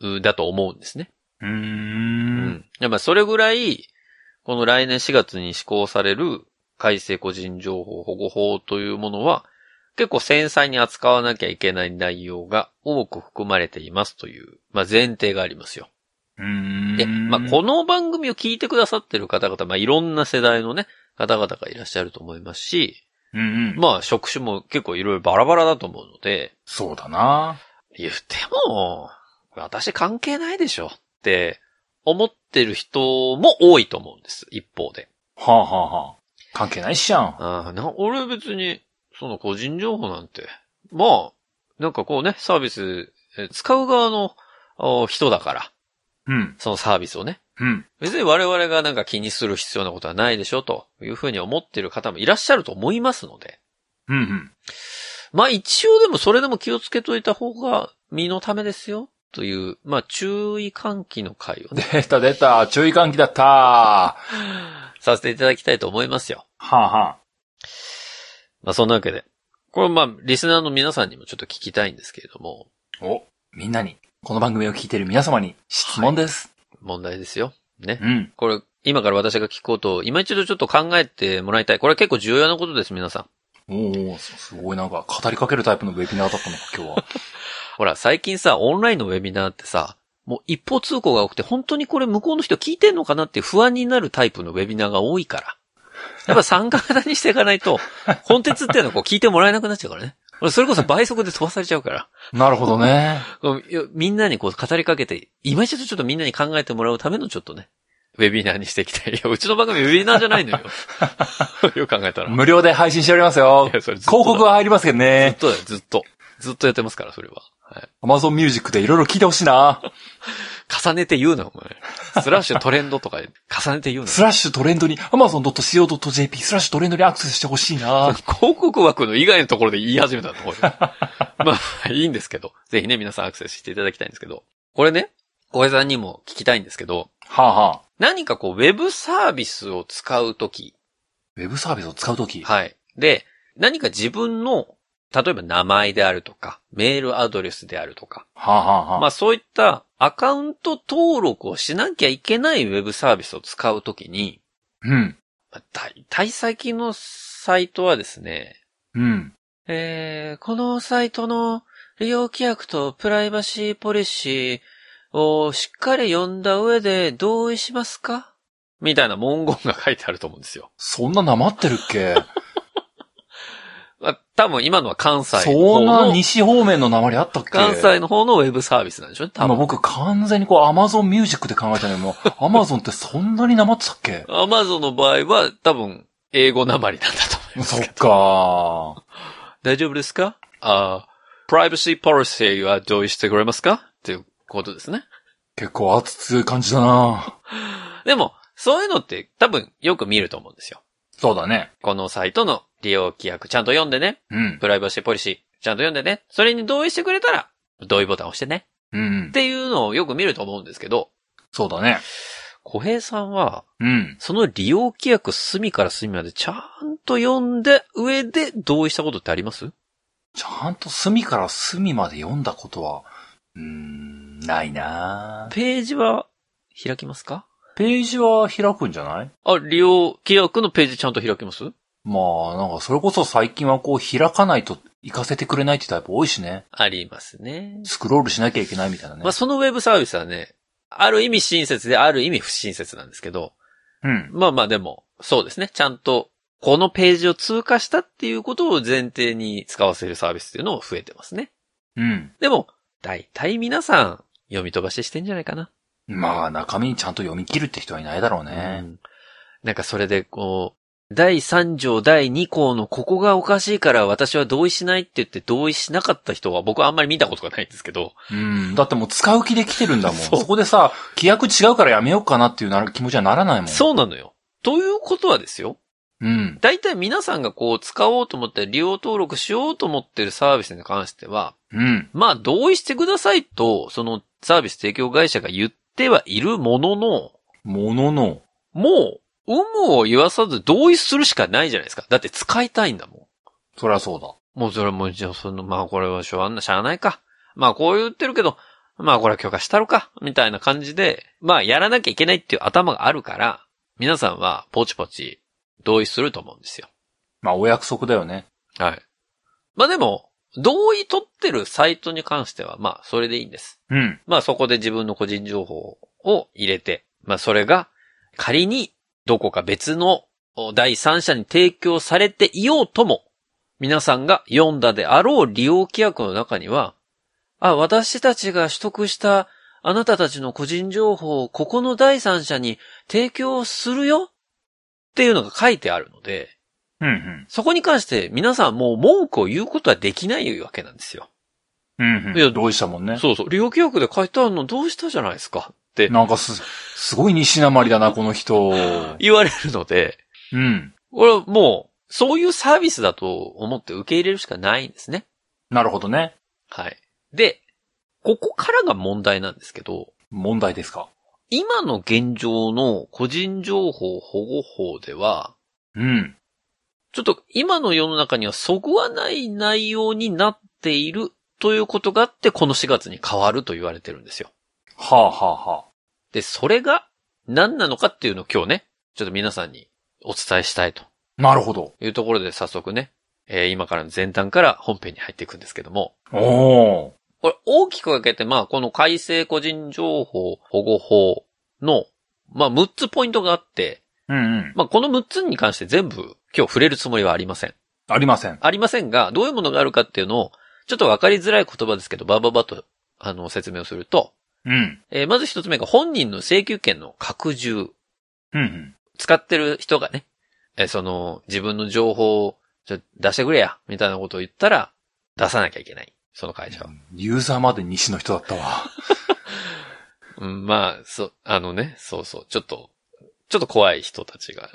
Speaker 1: うだと思うんですね。
Speaker 2: うー。。
Speaker 1: うんやっぱそれぐらい、この来年4月に施行される改正個人情報保護法というものは、結構繊細に扱わなきゃいけない内容が多く含まれていますという、まあ前提がありますよ。
Speaker 2: うーん。
Speaker 1: で、まあこの番組を聞いてくださってる方々、まあいろんな世代のね、方々がいらっしゃると思いますし、
Speaker 2: うんうん。
Speaker 1: まあ職種も結構いろいろバラバラだと思うので、
Speaker 2: そうだな。
Speaker 1: 言っても、私関係ないでしょって思ってる人も多いと思うんです、一方で。
Speaker 2: はあはあはあ。関係ないっしゃん。
Speaker 1: ああ、な、俺別に、その個人情報なんて、まあ、なんかこうね、サービス、え使う側のあ人だから、
Speaker 2: うん。
Speaker 1: そのサービスをね。
Speaker 2: うん。
Speaker 1: 別に我々がなんか気にする必要なことはないでしょ、というふうに思ってる方もいらっしゃると思いますので。
Speaker 2: うんうん。
Speaker 1: まあ一応でもそれでも気をつけといた方が身のためですよ、という、まあ注意喚起の会をね、 *laughs*
Speaker 2: 出た出た。注意喚起だった。は
Speaker 1: させていただきたいと思いますよ。
Speaker 2: あはあ。
Speaker 1: まあそんなわけで。これまあ、リスナーの皆さんにもちょっと聞きたいんですけれども、
Speaker 2: お、みんなに、この番組を聞いている皆様に質問です。
Speaker 1: 問題ですよ。ね。
Speaker 2: うん。
Speaker 1: これ、今から私が聞くことを、今一度ちょっと考えてもらいたい。これ結構重要なことです、皆さん。
Speaker 2: おーおー、すすごいなんか語りかけるタイプのウェビナーだったのか、今日は。
Speaker 1: ほら、最近さ、オンラインのウェビナーってさ、もう一方通行が多くて、本当にこれ向こうの人聞いてんのかなって不安になるタイプのウェビナーが多い
Speaker 2: *laughs*
Speaker 1: から。やっぱ参加型にしていかないと、コンテンツっていうのはこう聞いてもらえなくなっちゃうからね。俺それこそ倍速で飛ばされちゃうから。
Speaker 2: なるほど *laughs* ね。
Speaker 1: こうよみんなにこう語りかけて、今一度ちょっとみんなに考えてもらうためのちょっとね、ウェビナーにしていきたい。いや、うちの番組ウェビナーじゃない
Speaker 2: *laughs*
Speaker 1: のよ。よく考えたら。
Speaker 2: 無料で配信しておりますよ。
Speaker 1: いや
Speaker 2: 広
Speaker 1: それずっとだ
Speaker 2: 告は入りますけど
Speaker 1: ずっ
Speaker 2: ね。
Speaker 1: とだよ、ずっと。ずっとやってますから、それは。はい、
Speaker 2: Amazon Music でいろいろ聞いてほしい *laughs* な。
Speaker 1: 重ねて言うな、お前。スラッシュトレンドとかで重ねて言うな。
Speaker 2: スラッシュトレンドに Amazon.co.jp スラッシュトレンドにアクセスしてほしいな。
Speaker 1: 広告枠の以外のところで言い始めたと思うよまあ、いいんですけど。ぜひね、皆さんアクセスしていただきたいんですけど。これね、小平さんにも聞きたいんですけど、
Speaker 2: はあ、はあ、
Speaker 1: 何かこう、ウェブサービスを使うとき、
Speaker 2: ウェブサービスを使うとき。
Speaker 1: はい。で、何か自分の、例えば名前であるとか、メールアドレスであるとか、
Speaker 2: はあ、はあはあ、
Speaker 1: まあそういったアカウント登録をしなきゃいけないウェブサービスを使うときに、
Speaker 2: うん。
Speaker 1: まあ、大体最近のサイトはですね、
Speaker 2: うん。
Speaker 1: えー、このサイトの利用規約とプライバシーポリシーをしっかり読んだ上で同意しますかみたいな文言が書いてあると思うんですよ。
Speaker 2: そんななまってるっ *laughs* け
Speaker 1: まあ、多分今のは関西の
Speaker 2: そ
Speaker 1: 方
Speaker 2: んな
Speaker 1: の、
Speaker 2: 西方面のなまりあったっけ
Speaker 1: 関西の方のウェブサービスなんでしょうね、多
Speaker 2: 今
Speaker 1: 分。
Speaker 2: 僕完全にこう Amazon Music で考えたの
Speaker 1: *laughs*
Speaker 2: にもう Amazon ってそんなになまってたっけ
Speaker 1: アマゾンの場合は多分英語なまりなんだと思います
Speaker 2: そ
Speaker 1: け
Speaker 2: っ
Speaker 1: ど。
Speaker 2: か
Speaker 1: *laughs* 大丈夫ですかあプライバシーポリシーは同意してくれますかっていうことですね。
Speaker 2: 結構圧強い感じだな
Speaker 1: でも、そういうのって多分よく見ると思うんですよ。
Speaker 2: そうだね。
Speaker 1: このサイトの利用規約ちゃんと読んでね。
Speaker 2: うん。
Speaker 1: プライバシーポリシーちゃんと読んでね。それに同意してくれたら、同意ボタンを押してね。
Speaker 2: うん
Speaker 1: っ。ていうのをよく見ると思うんですけど、
Speaker 2: そうだね。
Speaker 1: 小平さんは、
Speaker 2: うん。
Speaker 1: その利用規約隅から隅までちゃんと読んで上で同意したことってあります
Speaker 2: ちゃんと隅から隅まで読んだことは、うーん、ないな
Speaker 1: ページは開きますか
Speaker 2: ページは開くんじゃない
Speaker 1: あ、利用規約のページちゃんと開きます
Speaker 2: まあ、なんかそれこそ最近はこう開かないと行かせてくれないってタイプ多いしね。
Speaker 1: ありますね。
Speaker 2: スクロールしなきゃいけないみたいなね。
Speaker 1: まあ、そのウェブサービスはね、ある意味親切である意味不親切なんですけど、
Speaker 2: うん。
Speaker 1: まあまあでも、そうですね。ちゃんと、このページを通過したっていうことを前提に使わせるサービスっていうのも増えてますね。
Speaker 2: うん。
Speaker 1: でも、大体皆さん、読み飛ばししてんじゃないかな。
Speaker 2: まあ、中身ちゃんと読み切るって人はいないだろう
Speaker 1: う
Speaker 2: ね。
Speaker 1: んなんかそれで、こう、第3条第2項のここがおかしいから私は同意しないって言って同意しなかった人は僕はあんまり見たことがないんですけど、
Speaker 2: うん。だってもう使う気で来てるんだもん。
Speaker 1: そ
Speaker 2: そうこでさ、規約違うからやめようかなっていうなる気持ちはならないもん。
Speaker 1: そうなのよ。ということはですよ。
Speaker 2: う。うん。
Speaker 1: 大体皆さんがこう使おうと思って利用登録しようと思ってるサービスに関しては、
Speaker 2: うん。
Speaker 1: まあ同意してくださいと、そのサービス提供会社が言ってはいるものの、
Speaker 2: ものの。
Speaker 1: もう、有無を言わさず同意するしかないじゃないですか。だって使いたいんだも
Speaker 2: そりゃそうだ。
Speaker 1: ん。もうそれはもう、じゃあその、まあこれはしょうがない、しゃあないか。まあこう言ってるけど、まあこれは許可したろか。みたいな感じで、まあやらなきゃいけないっていう頭があるから、皆さんはポチポチ同意すると思うんですよ。
Speaker 2: まあ、お約束だよね。
Speaker 1: はい。まあでも、同意取ってるサイトに関しては、まあ、それでいいんです。
Speaker 2: うん。
Speaker 1: まあそこで自分の個人情報を入れて、まあそれが仮にどこか別のお第三者に提供されていようとも、皆さんが読んだであろう利用規約の中には、あ、私たちが取得したあなたたちの個人情報をここの第三者に提供するよっていうのが書いてあるので、
Speaker 2: うん、
Speaker 1: そこに関して皆さんもう文句を言うことはできないわけなんですよ。
Speaker 2: うん。うん、うん。
Speaker 1: いや
Speaker 2: 同意したもんね。
Speaker 1: そうそう。利用規約で書いてあるのどうしたじゃないですかって
Speaker 2: なんかす、すごい西なまりだな、この *laughs* 人。
Speaker 1: 言われるので、
Speaker 2: うん。
Speaker 1: 俺はもう、そういうサービスだと思って受け入れるしかないんですね。
Speaker 2: なるほどね。
Speaker 1: はい。で、ここからが問題なんですけど、
Speaker 2: 問題ですか。
Speaker 1: 今の現状の個人情報保護法では、
Speaker 2: うん。
Speaker 1: ちょっと今の世の中にはそぐわない内容になっているということがあって、この4月に変わると言われてるんですよ。
Speaker 2: はあ、はあはあ、
Speaker 1: で、それが何なのかっていうのを今日ね、ちょっと皆さんにお伝えしたいと
Speaker 2: なるほど。
Speaker 1: いうところで早速ね、えー今からの前段から本編に入っていくんですけども、
Speaker 2: おー。
Speaker 1: これ大きく分けて、まあこの改正個人情報保護法の、まあ6つポイントがあって、
Speaker 2: うんうん。
Speaker 1: まあこの6つに関して全部今日触れるつもりはありません。
Speaker 2: ありません。
Speaker 1: ありませんが、どういうものがあるかっていうのを、ちょっと分かりづらい言葉ですけど、バババと、あの、説明をすると、
Speaker 2: うん。
Speaker 1: えーまず一つ目が本人の請求権の拡充。
Speaker 2: うんうん。
Speaker 1: 使ってる人がね、え、その、自分の情報をちょ出してくれや、みたいなことを言ったら、出さなきゃいけない。その会社は。
Speaker 2: ユーザーまで西の人だったわ。
Speaker 1: うん、まあ、そ、あのね、そうそう、ちょっと、ちょっと怖い人たちが。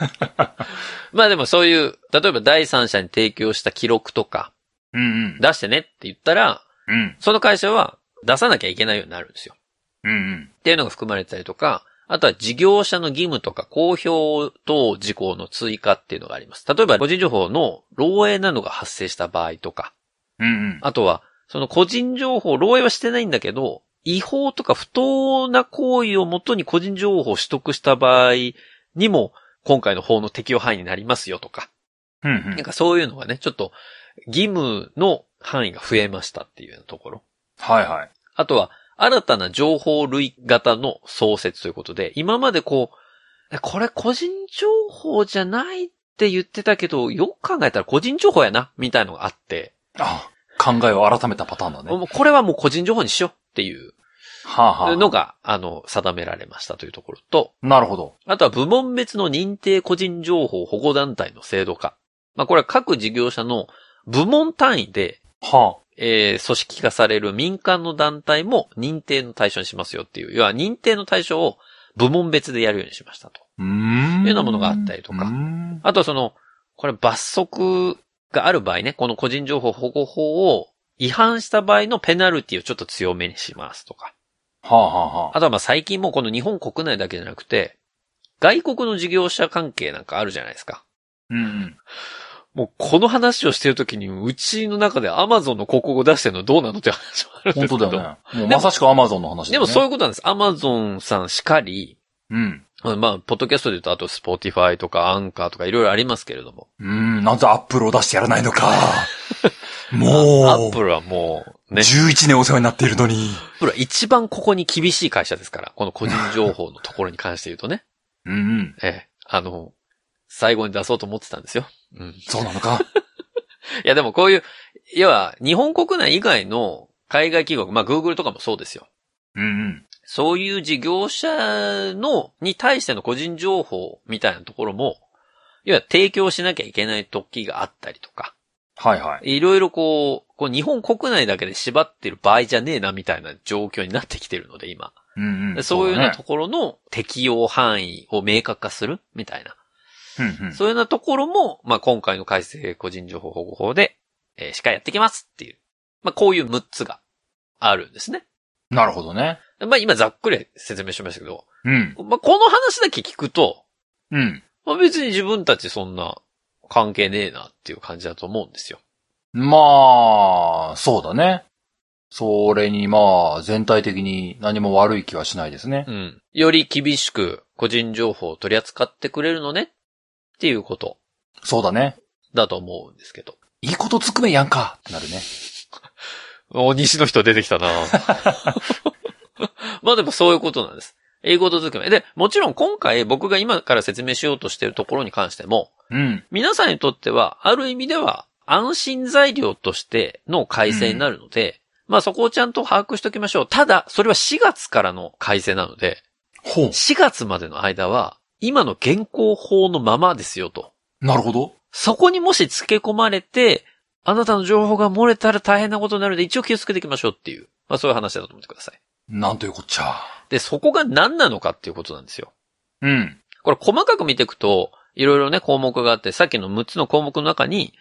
Speaker 1: *laughs* まあでもそういう、例えば第三者に提供した記録とか、
Speaker 2: うんうん。
Speaker 1: 出してねって言ったら、
Speaker 2: うん。
Speaker 1: その会社は出さなきゃいけないようになるんですよ。
Speaker 2: うんうん。
Speaker 1: っていうのが含まれてたりとか、あとは事業者の義務とか公表等事項の追加っていうのがあります。例えば個人情報の漏洩などが発生した場合とか、
Speaker 2: うんうん。
Speaker 1: あとはその個人情報、漏洩はしてないんだけど、違法とか不当な行為をもとに個人情報を取得した場合にも、今回の法の適用範囲になりますよとか、
Speaker 2: うんう
Speaker 1: なん
Speaker 2: ん。
Speaker 1: かそういうのがね、ちょっと義務の範囲が増えましたっていうようなところ。
Speaker 2: はいはい。
Speaker 1: あとは、新たな情報類型の創設ということで、今までこう、えこれ個人情報じゃないって言ってたけど、よく考えたら個人情報やな、みたいのがあって、
Speaker 2: あ、考えを改めたパターンだね。は
Speaker 1: もうこれはもう個人情報にしようっていう
Speaker 2: あは
Speaker 1: の
Speaker 2: あ。
Speaker 1: が、あの、定められましたというところと、
Speaker 2: なるほど。
Speaker 1: あとは部門別の認定個人情報保護団体の制度化。まあこれは各事業者の部門単位で、
Speaker 2: は
Speaker 1: えー組織化される民間の団体も認定の対象にしますよっていう、要は認定の対象を部門別でやるようにしましたと。
Speaker 2: あ。うーん。
Speaker 1: いうようなものがあったりとか
Speaker 2: うーん
Speaker 1: あとはその、これ罰則がある場合ね、この個人情報保護法を違反した場合のペナルティをちょっと強めにしますとか。
Speaker 2: はあはあはあ。
Speaker 1: あとはまあ最近もうこの日本国内だけじゃなくて、外国の事業者関係なんかあるじゃないですか。
Speaker 2: うんうん。
Speaker 1: もうこの話をしてるときに、うちの中で Amazon の広告を出してるのどうなのって話もあるんですけ
Speaker 2: 本
Speaker 1: ど。
Speaker 2: 当だよね。もうまさしくアマゾンの話だ
Speaker 1: で
Speaker 2: よ
Speaker 1: も
Speaker 2: ね。
Speaker 1: そういうことなんです。アマゾンさんしかり、
Speaker 2: うん。
Speaker 1: まあまあ、ポッドキャストで言うと、あと、スポーティファイとか、アンカーとか、いろいろありますけれども。
Speaker 2: うーん、なぜアップルを出してやらないの
Speaker 1: *laughs*
Speaker 2: か。
Speaker 1: あアッ
Speaker 2: も
Speaker 1: プルはもう、
Speaker 2: う、
Speaker 1: ね、
Speaker 2: 11年お世話になっているのに。
Speaker 1: アップルは一番ここに厳しい会社ですから、この個人情報のところに関して言うとね。 *laughs*
Speaker 2: うんうん、
Speaker 1: ええ、あの、最後に出そうと思ってたんですよ。うん。
Speaker 2: そうなのか。
Speaker 1: いや、でもこういう、要は、日本国内以外の海外企業、まあ、Google とかもそうですよ。
Speaker 2: うんうん。
Speaker 1: そういう事業者の、に対しての個人情報みたいなところも、要は提供しなきゃいけない時があったりとか、
Speaker 2: はいはい。
Speaker 1: いろいろこう、こう日本国内だけで縛ってる場合じゃねえなみたいな状況になってきてるので、今。
Speaker 2: うんうん。
Speaker 1: そういうような
Speaker 2: そ
Speaker 1: ところの適用範囲を明確化するみたいな。
Speaker 2: うだね。うんうん。
Speaker 1: そういうようなところも、まあ、今回の改正個人情報保護法で、えーしっかりやってきますっていう。まあ、こういう6つがあるんですね。
Speaker 2: なるほどね。
Speaker 1: まあ、今ざっくり説明しましたけど、
Speaker 2: うん。
Speaker 1: まあ、この話だけ聞くと、
Speaker 2: うん。
Speaker 1: まあ、別に自分たちそんな関係ねえなっていう感じだと思うんですよ。
Speaker 2: まあ、そうだね。それにまあ、全体的に何も悪い気はしないですね。
Speaker 1: うん。より厳しく個人情報を取り扱ってくれるのねっていうこと
Speaker 2: そうだね。
Speaker 1: だと思うんですけど。
Speaker 2: いいことつくめやんかってなるね。
Speaker 1: お、西の人出てきたな *laughs* まあでもそういうことなんです。英語とづくめ。で、もちろん今回僕が今から説明しようとしているところに関しても、
Speaker 2: うん。
Speaker 1: 皆さんにとっては、ある意味では安心材料としての改正になるので、まあそこをちゃんと把握しておきましょう。ただ、それは4月からの改正なので、
Speaker 2: ほう。
Speaker 1: 4月までの間は、今の現行法のままですよと。
Speaker 2: なるほど。
Speaker 1: そこにもし付け込まれて、あなたの情報が漏れたら大変なことになるので、一応気をつけていきましょうっていう、まあそういう話だと思ってください。
Speaker 2: なんというこっちゃ。
Speaker 1: で、そこが何なのかっていうことなんですよ。
Speaker 2: うん。
Speaker 1: これ細かく見ていくと、いろいろね、項目があって、さっきの6つの項目の中に、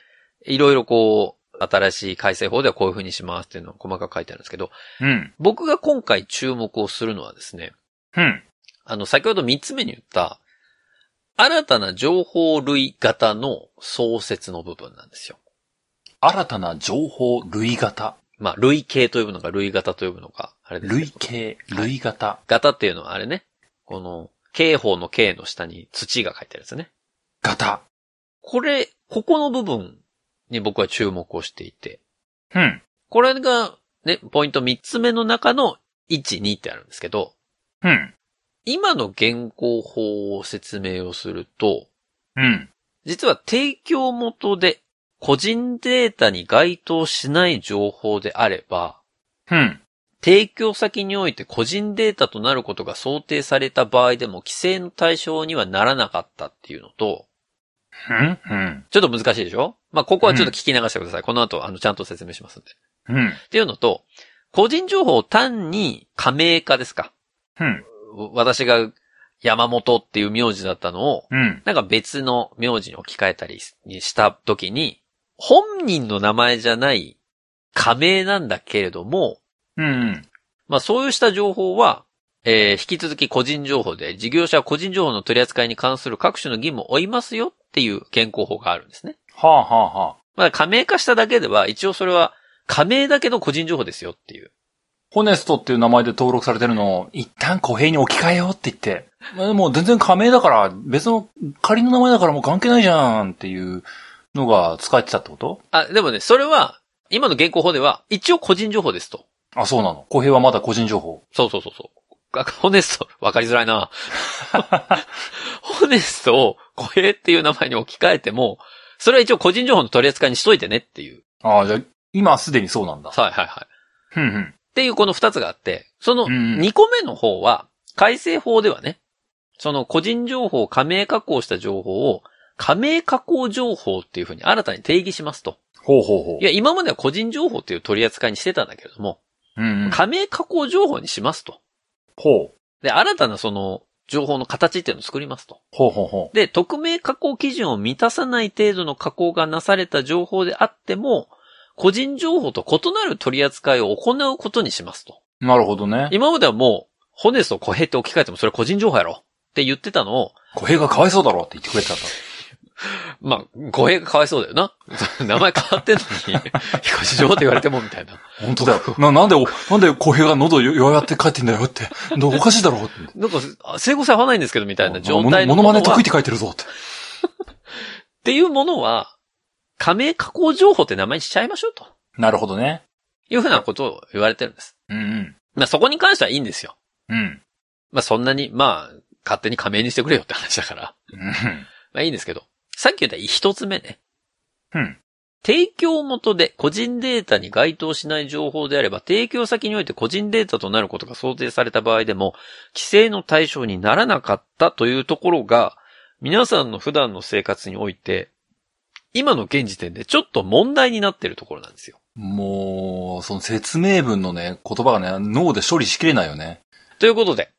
Speaker 1: いろいろこう、新しい改正法ではこういうふうにしますっていうのを細かく書いてあるんですけど、
Speaker 2: うん。
Speaker 1: 僕が今回注目をするのはですね、
Speaker 2: うん。
Speaker 1: あの、先ほど3つ目に言った、新たな情報類型の創設の部分なんですよ。
Speaker 2: 新たな情報類型。
Speaker 1: まあ、類型と呼ぶのか、類型と呼ぶのか、あれですけど
Speaker 2: 類型、類型。
Speaker 1: 型っていうのはあれね。この、刑法の刑の下に土が書いてあるんですね。
Speaker 2: 型。
Speaker 1: これ、ここの部分に僕は注目をしていて。
Speaker 2: うん。
Speaker 1: これが、ね、ポイント3つ目の中の1、2ってあるんですけど、
Speaker 2: うん。
Speaker 1: 今の現行法を説明をすると、
Speaker 2: うん。
Speaker 1: 実は提供元で個人データに該当しない情報であれば、
Speaker 2: うん。
Speaker 1: 提供先において個人データとなることが想定された場合でも規制の対象にはならなかったっていうのと、
Speaker 2: うん。うん。
Speaker 1: ちょっと難しいでしょまあ、ここはちょっと聞き流してください。この後、あの、ちゃんと説明しますんで。
Speaker 2: うん。
Speaker 1: っていうのと、個人情報を単に加盟化ですか
Speaker 2: うん。
Speaker 1: 私が山本っていう名字だったのを、
Speaker 2: うん。
Speaker 1: なんか別の名字に置き換えたりした時に、本人の名前じゃない加盟なんだけれども、
Speaker 2: うん。
Speaker 1: まあそういうした情報は、えー引き続き個人情報で、事業者は個人情報の取り扱いに関する各種の義務を負いますよっていう現行法があるんですね。
Speaker 2: はあはあはあ。
Speaker 1: まあ加盟化しただけでは、一応それは加盟だけの個人情報ですよっていう。
Speaker 2: ホネストっていう名前で登録されてるのを、一旦公平に置き換えようって言って、えもう全然仮名だから、別の仮の名前だからもう関係ないじゃんっていうのが使えてたってこと
Speaker 1: あ、でもね、それは、今の現行法では、一応個人情報ですと。
Speaker 2: あ、そうなの。公平はまだ個人情報。
Speaker 1: そうそうそうそう。あホネスト、わかりづらいな。 *laughs* ホネストを、これっていう名前に置き換えても、それは一応個人情報の取り扱いにしといてねっていう。
Speaker 2: ああ、じゃあ、今すでにそうなんだ。
Speaker 1: はいはいはい。
Speaker 2: ふんふん。
Speaker 1: っていうこの二つがあって、その
Speaker 2: うんうん
Speaker 1: 二個目の方は、改正法ではね、その個人情報を加盟加工した情報を、加盟加工情報っていうふうに新たに定義しますと。
Speaker 2: ほうほうほ
Speaker 1: いや、今までは個人情報っていう取り扱いにしてたんだけれども、
Speaker 2: う。うんうん。
Speaker 1: 加盟加工情報にしますと。
Speaker 2: ほう。
Speaker 1: で、新たなその情報の形っていうのを作りますと。
Speaker 2: ほうほうほ
Speaker 1: で、匿名加工基準を満たさない程度の加工がなされた情報であっても、個人情報と異なる取り扱いを行うことにしますと。
Speaker 2: う。なるほどね。
Speaker 1: 今まではもう、ホネスト小平って置き換えてもそれ個人情報やろって言ってたのを、
Speaker 2: 公平がかわいそうだろって言ってくれてたんだ。
Speaker 1: まあ、語弊がかわいそうだよな。 *laughs* 名前変わってんのに、 *laughs* 彦市場って言われてもみたいな。
Speaker 2: 本当だよ。な、なんでお、なんで小平が喉弱やって帰ってんだよって。どおかしいだろうって。
Speaker 1: なんか、あ整合性合わないんですけどみたいな状態の
Speaker 2: モノマ
Speaker 1: もの
Speaker 2: ネ
Speaker 1: は
Speaker 2: 得意って書いてるぞって。
Speaker 1: っていうものは、加盟加工情報って名前にしちゃいましょうと。
Speaker 2: なるほどね。
Speaker 1: いうふうなことを言われてるんです。
Speaker 2: うんうん。
Speaker 1: まあそこに関してはいいんですよ。
Speaker 2: うん。
Speaker 1: まあそんなに、まあ、勝手に加盟にしてくれよって話だから。
Speaker 2: うん
Speaker 1: まあいいんですけど。さっき言った一つ目ね。
Speaker 2: うん。
Speaker 1: 提供元で個人データに該当しない情報であれば、提供先において個人データとなることが想定された場合でも、規制の対象にならなかったというところが、皆さんの普段の生活において、今の現時点でちょっと問題になってるところなんですよ。
Speaker 2: もう、その説明文のね、言葉がね、脳で処理しきれないよね。
Speaker 1: ということで、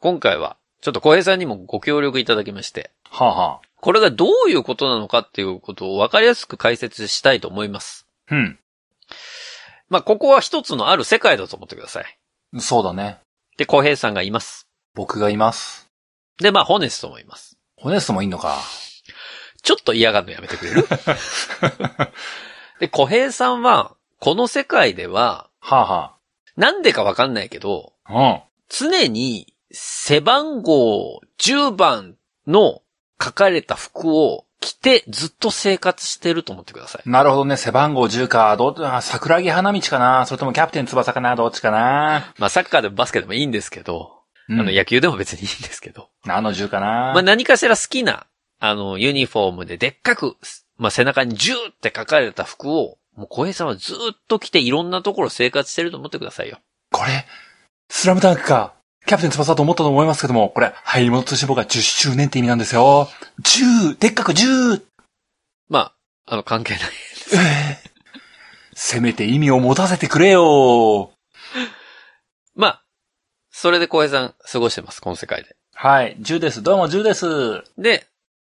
Speaker 1: 今回は、ちょっと小平さんにもご協力いただきまして、
Speaker 2: はあ、は
Speaker 1: これがどういうことなのかっていうことを分かりやすく解説したいと思います。
Speaker 2: あ、
Speaker 1: まあ、ここは一つのある世界だと思ってください。
Speaker 2: うん。そうだね。
Speaker 1: で、浩平さんがいます。
Speaker 2: 僕がいます。
Speaker 1: で、まあ、ホネストもいます。
Speaker 2: ホネストもいいのか。
Speaker 1: ちょっと嫌がるのやめてくれ
Speaker 2: *laughs*
Speaker 1: るで、小平さんは、この世界では、
Speaker 2: は
Speaker 1: なんでかわかんないけど、
Speaker 2: あ、は
Speaker 1: 常に背番号10番の書かれた服を着てずっと生活してると思ってください。
Speaker 2: うん。なるほどね。背番号10か。どう、あ桜木花道かな。それともキャプテン翼かな。どっちかな。
Speaker 1: まあ、サッカーでもバスケでもいいんですけど、
Speaker 2: うん、
Speaker 1: あの、野球でも別にいいんですけど。
Speaker 2: あの10かな。
Speaker 1: まあ、何かしら好きな、あの、ユニフォームででっかく、まあ、背中に10って書かれた服を、もう小平さんはずっと着ていろんなところ生活してると思ってくださいよ。
Speaker 2: これ、スラムダンクか。キャプテン翼だと思ったと思いますけども、これ、入り物として僕は10周年って意味なんですよ。10! でっかく 10!
Speaker 1: まあ、あの、関係ない。 *laughs*
Speaker 2: ええせめて意味を持たせてくれよ。
Speaker 1: まあ、それで小平さん過ごしてます、この世界で。
Speaker 2: はい、10です。どうも10です。う
Speaker 1: で、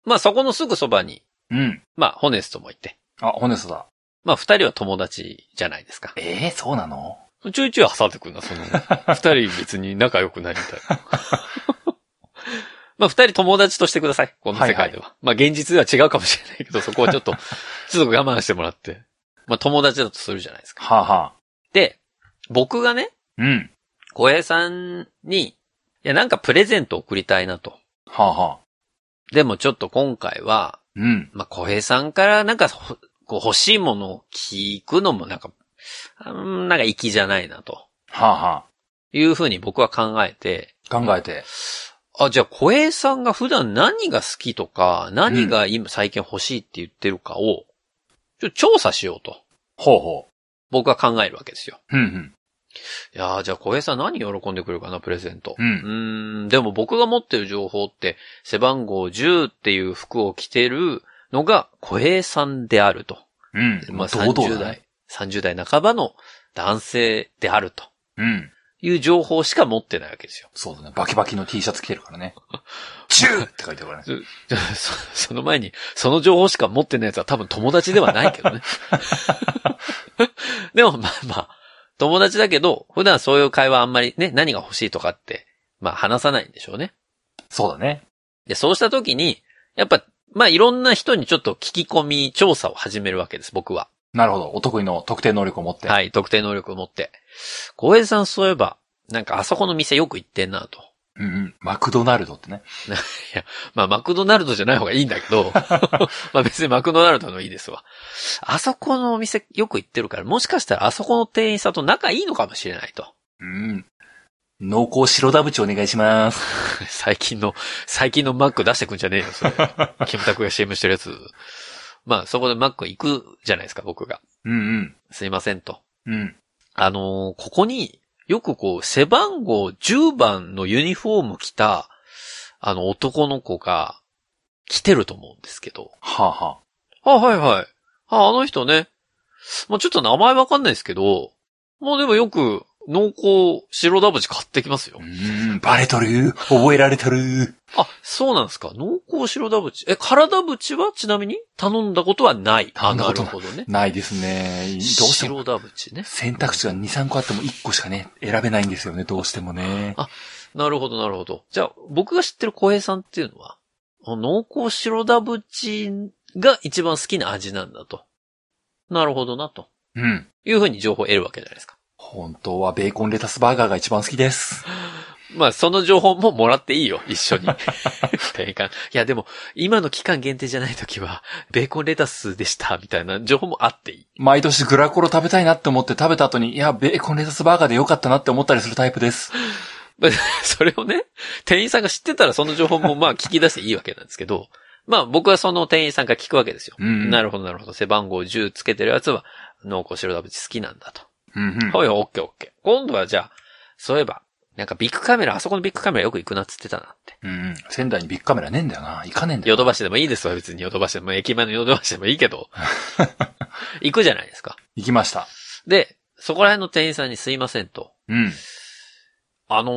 Speaker 1: まあ、そこのすぐそばに、
Speaker 2: ん。
Speaker 1: まあ、ホネストもいて。
Speaker 2: あ、ホネストだ。
Speaker 1: まあ、二人は友達じゃないですか。
Speaker 2: ええそうなの
Speaker 1: ちょいちょい挟んでくるな、
Speaker 2: *laughs*
Speaker 1: その、二人別に仲良くないみたい *laughs* な。まあ、二人友達としてください。この世界では。
Speaker 2: はい
Speaker 1: まあ、現実では違うかもしれないけど、そこはちょっ
Speaker 2: *laughs*
Speaker 1: と、ちょっと我慢してもらって。まあ、友達だとするじゃないですか。
Speaker 2: はあ、はあ、
Speaker 1: で、僕がね、
Speaker 2: うん。
Speaker 1: 小平さんに、いや、なんかプレゼント送りたいなと。
Speaker 2: はあ、はあ、
Speaker 1: でもちょっと今回は、
Speaker 2: うん。
Speaker 1: まあ、小平さんからなんかほ、こう欲しいものを聞くのもなんか、あんなんか粋じゃないなと。
Speaker 2: はあ、は
Speaker 1: いうふうに僕は考えて、
Speaker 2: あ、考えて。
Speaker 1: あ、じゃあ、小平さんが普段何が好きとか、何が今最近欲しいって言ってるかを、ちょっと調査しようと、
Speaker 2: ほうほ
Speaker 1: 僕は考えるわけですよ。
Speaker 2: う。うん、
Speaker 1: いやーじゃあ小平さん何喜んでくれるかな、プレゼント。
Speaker 2: う。
Speaker 1: うん
Speaker 2: う
Speaker 1: ー
Speaker 2: ん。
Speaker 1: ん、でも僕が持ってる情報って、背番号10っていう服を着てるのが小平さんであると。
Speaker 2: うん。
Speaker 1: まあ、
Speaker 2: 堂々
Speaker 1: 30
Speaker 2: だ
Speaker 1: 代
Speaker 2: ね、
Speaker 1: 30代半ばの男性であると
Speaker 2: うん。
Speaker 1: いう情報しか持ってないわけですよ。
Speaker 2: そうだね。バキバキの T シャツ着てるから *laughs* ね。10! って書いてるからね。
Speaker 1: じゃあ *laughs* そその前に、その情報しか持ってない奴は多分友達ではないけどね。 *laughs* でもまあまあ、友達だけど、普段そういう会話あんまりね、何が欲しいとかって、まあ話さないんでしょうね。
Speaker 2: そうだね。
Speaker 1: で、そうした時に、やっぱ、まあいろんな人にちょっと聞き込み調査を始めるわけです、僕は。
Speaker 2: なるほど。お得意の特定能力を持って。
Speaker 1: はい、特定能力を持って。小平さんそういえば、なんかあそこの店よく行ってんなと。
Speaker 2: うんうん。マクドナルドってね。
Speaker 1: まあ、マクドナルドじゃない方がいいんだけど、まあ別にマクドナルドのいいですわ。あそこのお店よく行ってるから、もしかしたらあそこの店員さんと仲いいのかもしれないと。 *laughs*
Speaker 2: うん。濃厚白ダブチお願いします。
Speaker 1: 最近の、最近のマック出してくんじゃねえよ、それ。キムタクが CM してるやつ。まあ、そこでマック行くじゃないですか、僕が。
Speaker 2: うん
Speaker 1: すいませんと。
Speaker 2: うん。うん。
Speaker 1: あのーここによくこう、背番号10番のユニフォーム着た、あの男の子が来てると思うんですけど。
Speaker 2: はあ、は
Speaker 1: あ、はいはい。あ、あの人ね。まあ、ちょっと名前わかんないですけど、もうでもよく、濃厚白ダブチ買ってきますよ
Speaker 2: あ、う。ん。バレとる覚えられとる
Speaker 1: あ、そうなんですか。濃厚白ダブチ。え、体ブチはちなみに頼んだことはない。あ、
Speaker 2: 頼んだ
Speaker 1: な
Speaker 2: こと
Speaker 1: る
Speaker 2: ない
Speaker 1: ほどね。
Speaker 2: ないですね。どうしても。
Speaker 1: 白ダブチね。
Speaker 2: 選択肢が2、3個あっても1個しかね、選べないんですよね、どうしてもね
Speaker 1: あ。なるほど、なるほど。じゃあ、僕が知ってる小平さんっていうのは、濃厚白ダブチが一番好きな味なんだと。なるほどな、と
Speaker 2: うん。
Speaker 1: いうふうに情報を得るわけじゃないですか。
Speaker 2: 本当はベーコンレタスバーガーが一番好きです。
Speaker 1: まあ、その情報ももらっていいよ、一緒に。定価いや、でも、今の期間限定じゃないときは、ベーコンレタスでした、みたいな情報もあっていい。
Speaker 2: 毎年グラコロ食べたいなって思って食べた後に、いや、ベーコンレタスバーガーでよかったなって思ったりするタイプです。
Speaker 1: まあそれをね、店員さんが知ってたらその情報もまあ聞き出していいわけなんですけど、まあ僕はその店員さんが聞くわけですよ。
Speaker 2: うん
Speaker 1: なるほど、なるほど。背番号10つけてるやつは、濃厚白ダブチ好きなんだと。
Speaker 2: うんうん。
Speaker 1: はい、オッケーオッケー。今度はじゃあ、そういえば、なんかビッグカメラ、あそこのビッグカメラよく行くなっつってたなって。
Speaker 2: うんうん。仙台にビッグカメラねえんだよな。行かねえんだ
Speaker 1: ヨ
Speaker 2: よ。
Speaker 1: ドバシでもいいですわ、別にヨドバシでも、駅前のヨドバシでもいいけど。行くじゃないですか。
Speaker 2: 行きました。
Speaker 1: で、そこら辺の店員さんにすいませんと。
Speaker 2: うん。
Speaker 1: あの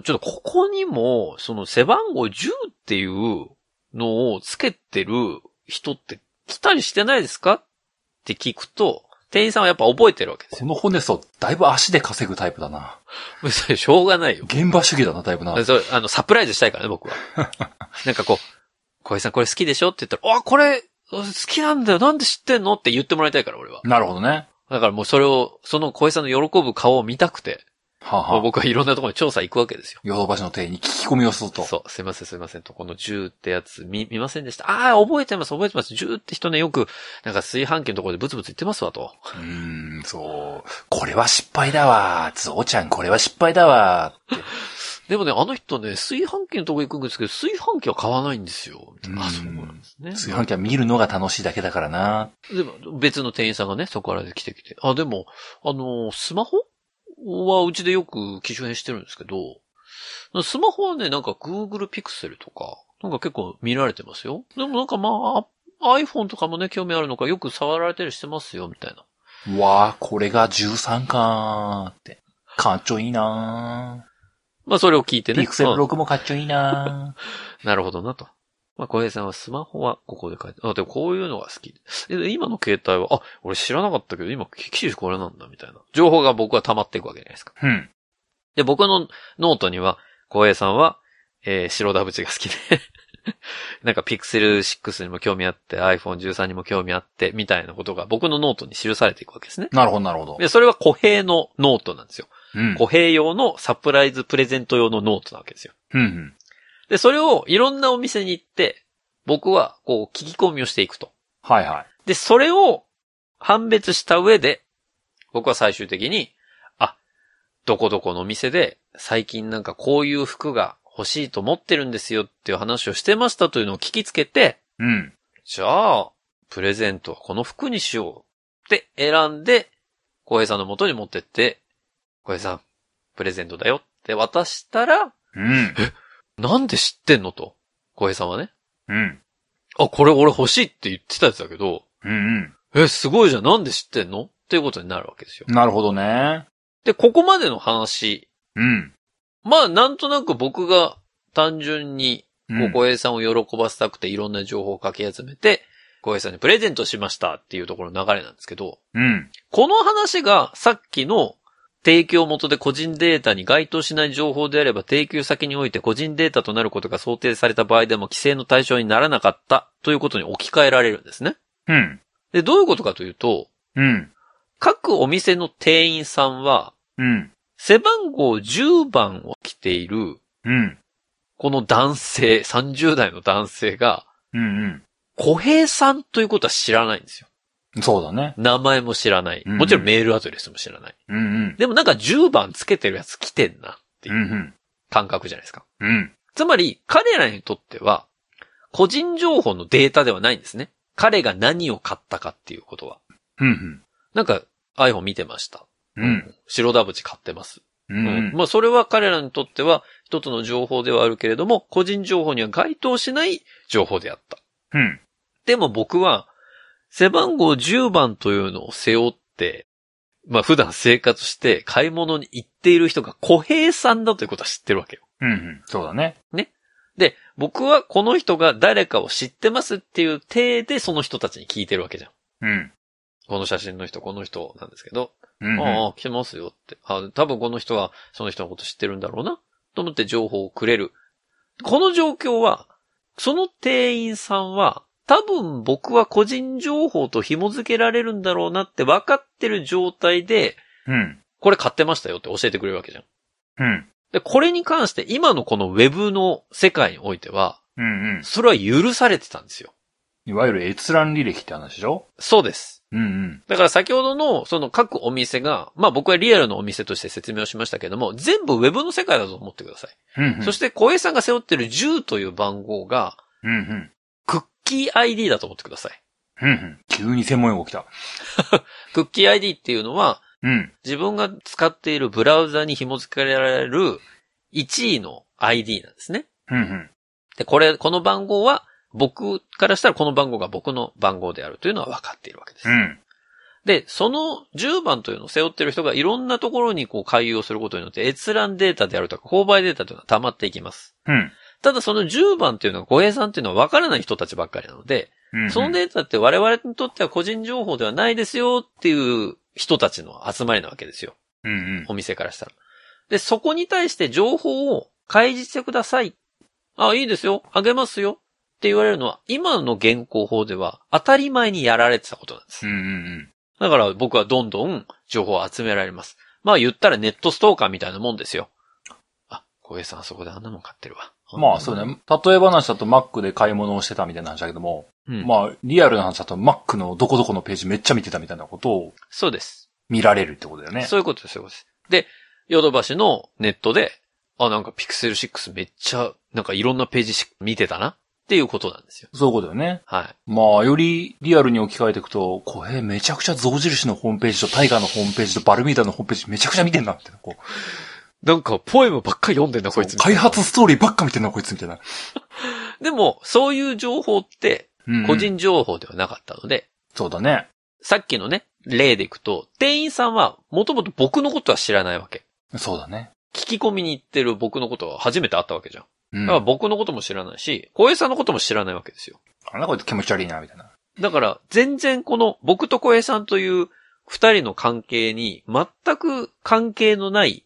Speaker 1: ーちょっとここにも、その背番号10っていうのをつけてる人って来たりしてないですかって聞くと、店員さんはやっぱ覚えてるわけです
Speaker 2: この骨そだいぶ足で稼ぐタイプだな。
Speaker 1: よ。 *laughs* それしょうがないよ。
Speaker 2: 現場主義だな、だいぶな。
Speaker 1: それ、あの、サプライズしたいからね、僕は。なんかこう、小林さんこれ好きでしょって言ったら、あ、これ、好きなんだよ。なんで知ってんのって言ってもらいたいから、俺は。
Speaker 2: なるほどね。
Speaker 1: だからもうそれを、その小林さんの喜ぶ顔を見たくて、
Speaker 2: はあ、
Speaker 1: もう
Speaker 2: はあ、
Speaker 1: 僕はいろんなところに調査行くわけですよ。
Speaker 2: ヨドバシの店員に聞き込みをすると。
Speaker 1: そう、すいません、すいませんと。この10ってやつ見、見ませんでした。ああ、覚えてます、覚えてます。10って人ね、よく、なんか炊飯器のところでブツブツ言ってますわと。
Speaker 2: うーん、そう。これは失敗だわ。ゾウちゃん、これは失敗だわ。
Speaker 1: でもね、あの人ね、炊飯器のとこ行くんですけど、炊飯器は買わないんですよ。
Speaker 2: うん
Speaker 1: あ、そうなんですね。
Speaker 2: 炊飯器は見るのが楽しいだけだからな。
Speaker 1: でも、別の店員さんがね、そこからで来てきて。あ、でも、あの、スマホはうちでよく機種変してるんですけど、スマホはね、なんか Google Pixel とか、なんか結構見られてますよ。でもなんかまあ、iPhone とかもね、興味あるのか、よく触られたりしてますよ、みたいな。
Speaker 2: わあ、これが13かーって。かっちょいいな
Speaker 1: まあ、それを聞いて
Speaker 2: ー。
Speaker 1: ね。
Speaker 2: ピクセル
Speaker 1: うん
Speaker 2: 6もかっちょいいなー。
Speaker 1: なるほどなと。まあ、小平さんはスマホはここで書いて、あ、でもこういうのが好き。え今の携帯は、あ、俺知らなかったけど、今、機種これなんだ、みたいな。情報が僕は溜まっていくわけじゃないですか。
Speaker 2: うん。
Speaker 1: で、僕のノートには、光栄さんは、えー白ダブチが好きで、 *laughs* なんか Pixel 6にも興味あって、iPhone13 にも興味あって、みたいなことが僕のノートに記されていくわけですね。
Speaker 2: なるほど、なるほど。
Speaker 1: で、それは小平のノートなんですよ。
Speaker 2: うん。
Speaker 1: 小平用のサプライズプレゼント用のノートなわけですよ。
Speaker 2: うんうん。
Speaker 1: で、それをいろんなお店に行って、僕はこう聞き込みをしていくと。
Speaker 2: はいはい。
Speaker 1: で、それを判別した上で、僕は最終的に、あ、どこどこのお店で最近なんかこういう服が欲しいと思ってるんですよっていう話をしてましたというのを聞きつけて、
Speaker 2: うん。
Speaker 1: じゃあ、プレゼントはこの服にしようって選んで、小平さんの元に持ってって、小平さん、プレゼントだよって渡したら、
Speaker 2: うん。
Speaker 1: なんで知ってんのと。小平さんはね。
Speaker 2: うん。
Speaker 1: あ、これ俺欲しいって言ってたやつだけど、
Speaker 2: うん
Speaker 1: え、すごいじゃん、なんで知ってんのっていうことになるわけですよ
Speaker 2: う。ん。なるほどね。
Speaker 1: で、ここまでの話、
Speaker 2: うん。
Speaker 1: まあ、なんとなく僕が単純に、
Speaker 2: う
Speaker 1: こうん小平さんを喜ばせたくていろんな情報をかき集めて、小平さんにプレゼントしましたっていうところの流れなんですけど、
Speaker 2: うん。
Speaker 1: この話がさっきの提供元で個人データに該当しない情報であれば提供先において個人データとなることが想定された場合でも規制の対象にならなかったということに置き換えられるんですね。
Speaker 2: うん。
Speaker 1: で、どういうことかというと、
Speaker 2: うん。
Speaker 1: 各お店の店員さんは、
Speaker 2: うん。
Speaker 1: 背番号10番を着ている、
Speaker 2: うん。
Speaker 1: この男性、30代の男性が、
Speaker 2: うん。
Speaker 1: 小平さんということは知らないんですよ。
Speaker 2: うん。そうだね。
Speaker 1: 名前も知らない。
Speaker 2: うん
Speaker 1: もちろんメールアドレスも知らない。
Speaker 2: うん。うん。
Speaker 1: でもなんか10番つけてるやつ来てんなって
Speaker 2: う。
Speaker 1: いうん感覚じゃないですか。
Speaker 2: うん。
Speaker 1: つまり、彼らにとっては、個人情報のデータではないんですね。彼が何を買ったかっていうことは。
Speaker 2: うん。
Speaker 1: なんか iPhone 見てました。
Speaker 2: うん。
Speaker 1: 白ダブチ買ってます。
Speaker 2: う
Speaker 1: うん
Speaker 2: ん。
Speaker 1: まあそれは彼らにとっては一つの情報ではあるけれども、個人情報には該当しない情報であった。
Speaker 2: うん。
Speaker 1: でも僕は、背番号10番というのを背負って、まあ普段生活して買い物に行っている人が小平さんだということは知ってるわけよ。
Speaker 2: うん。そうだね。
Speaker 1: で、僕はこの人が誰かを知ってますっていう体でその人たちに聞いてるわけじゃん。
Speaker 2: うん。
Speaker 1: この写真の人、この人なんですけど、
Speaker 2: うん。
Speaker 1: ああ、来てますよって。あ多分この人はその人のこと知ってるんだろうな。と思って情報をくれる。この状況は、その店員さんは、多分僕は個人情報と紐付けられるんだろうなって分かってる状態で、
Speaker 2: うん。
Speaker 1: これ買ってましたよって教えてくれるわけじゃん。
Speaker 2: うん。
Speaker 1: で、これに関して今のこのウェブの世界においては、
Speaker 2: うんうん。
Speaker 1: それは許されてたんですよ。
Speaker 2: いわゆる閲覧履歴って話でしょ
Speaker 1: そうです。
Speaker 2: うんうん。
Speaker 1: だから先ほどの、その各お店が、まあ僕はリアルのお店として説明をしましたけども、全部ウェブの世界だと思ってください。
Speaker 2: うんうん。
Speaker 1: そして小平さんが背負ってる10という番号が、
Speaker 2: うんうん。
Speaker 1: クッキー ID だと思ってください。
Speaker 2: うんうん。急に専門用語来た。
Speaker 1: クッキー ID っていうのは、
Speaker 2: うん。
Speaker 1: 自分が使っているブラウザに紐付けられる1位の ID なんですね。
Speaker 2: うんうん。
Speaker 1: で、これ、この番号は、僕からしたらこの番号が僕の番号であるというのは分かっているわけです。
Speaker 2: うん。
Speaker 1: で、その10番というのを背負っている人がいろんなところにこう回遊をすることによって閲覧データであるとか購買データというのは溜まっていきます。
Speaker 2: うん。
Speaker 1: ただその10番というのは護衛さんというのは分からない人たちばっかりなので、
Speaker 2: うん。
Speaker 1: そのデータって我々にとっては個人情報ではないですよっていう人たちの集まりなわけですよ。
Speaker 2: うんうん。
Speaker 1: お店からしたら。で、そこに対して情報を開示してください。あ、いいですよ。あげますよ。って言われるのは、今の現行法では当たり前にやられてたことなんです。
Speaker 2: うんうん
Speaker 1: だから僕はどんどん情報を集められます。まあ言ったらネットストーカーみたいなもんですよ。あ、小平さんあそこであんなもん買ってるわ。
Speaker 2: うん。まあそうね。例え話だと Mac で買い物をしてたみたいな話だけども、
Speaker 1: うん。まあ。
Speaker 2: まあリアルな話だと Mac のどこどこのページめっちゃ見てたみたいなことを
Speaker 1: そうです。
Speaker 2: 見られるってことだよね。
Speaker 1: そういうことです、そういうことです。で、ヨドバシのネットで、あ、なんかピクセル6めっちゃ、なんかいろんなページし見てたなっていうことなんですよ。
Speaker 2: そういうことだよね。
Speaker 1: はい。
Speaker 2: まあ、よりリアルに置き換えていくと、これめちゃくちゃ象印のホームページとタイガーのホームページとバルミーダのホームページめちゃくちゃ見てんなって。こう
Speaker 1: なんか、ポエムばっかり読んでんな、こいつみたい
Speaker 2: 開
Speaker 1: な。
Speaker 2: 発ストーリーばっか見てんな、こいつみたいな。
Speaker 1: でも、そういう情報って、
Speaker 2: うん
Speaker 1: 個人情報ではなかったので、
Speaker 2: そうだね。
Speaker 1: さっきのね、例でいくと、店員さんは、もともと僕のことは知らないわけ。
Speaker 2: そうだね。
Speaker 1: 聞き込みに行ってる僕のことは初めて会ったわけじゃん。
Speaker 2: う
Speaker 1: だ
Speaker 2: ん。
Speaker 1: から
Speaker 2: あ、
Speaker 1: 僕のことも知らないし、小平さんのことも知らないわけですよ。
Speaker 2: なんだこいつ気持ち悪いな、みたいな。
Speaker 1: だから、全然この、僕と小平さんという二人の関係に、全く関係のない、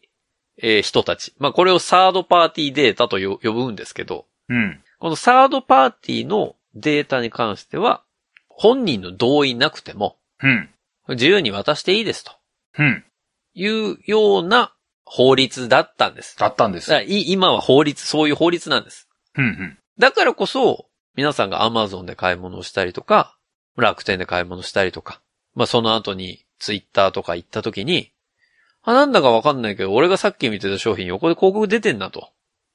Speaker 1: えー人たち。まあ、これをサードパーティーデータとよ呼ぶんですけど、
Speaker 2: うん。
Speaker 1: このサードパーティーのデータに関しては、本人の同意なくても、
Speaker 2: うん。
Speaker 1: 自由に渡していいですと
Speaker 2: うん。
Speaker 1: いうような法律だったんです。
Speaker 2: だったんです。
Speaker 1: だからい今は法律、そういう法律なんです。
Speaker 2: うんうん。
Speaker 1: だからこそ、皆さんが Amazon で買い物をしたりとか、楽天で買い物したりとか、まあその後に Twitter とか行った時に、あ、なんだかわかんないけど、俺がさっき見てた商品横で広告出てんなと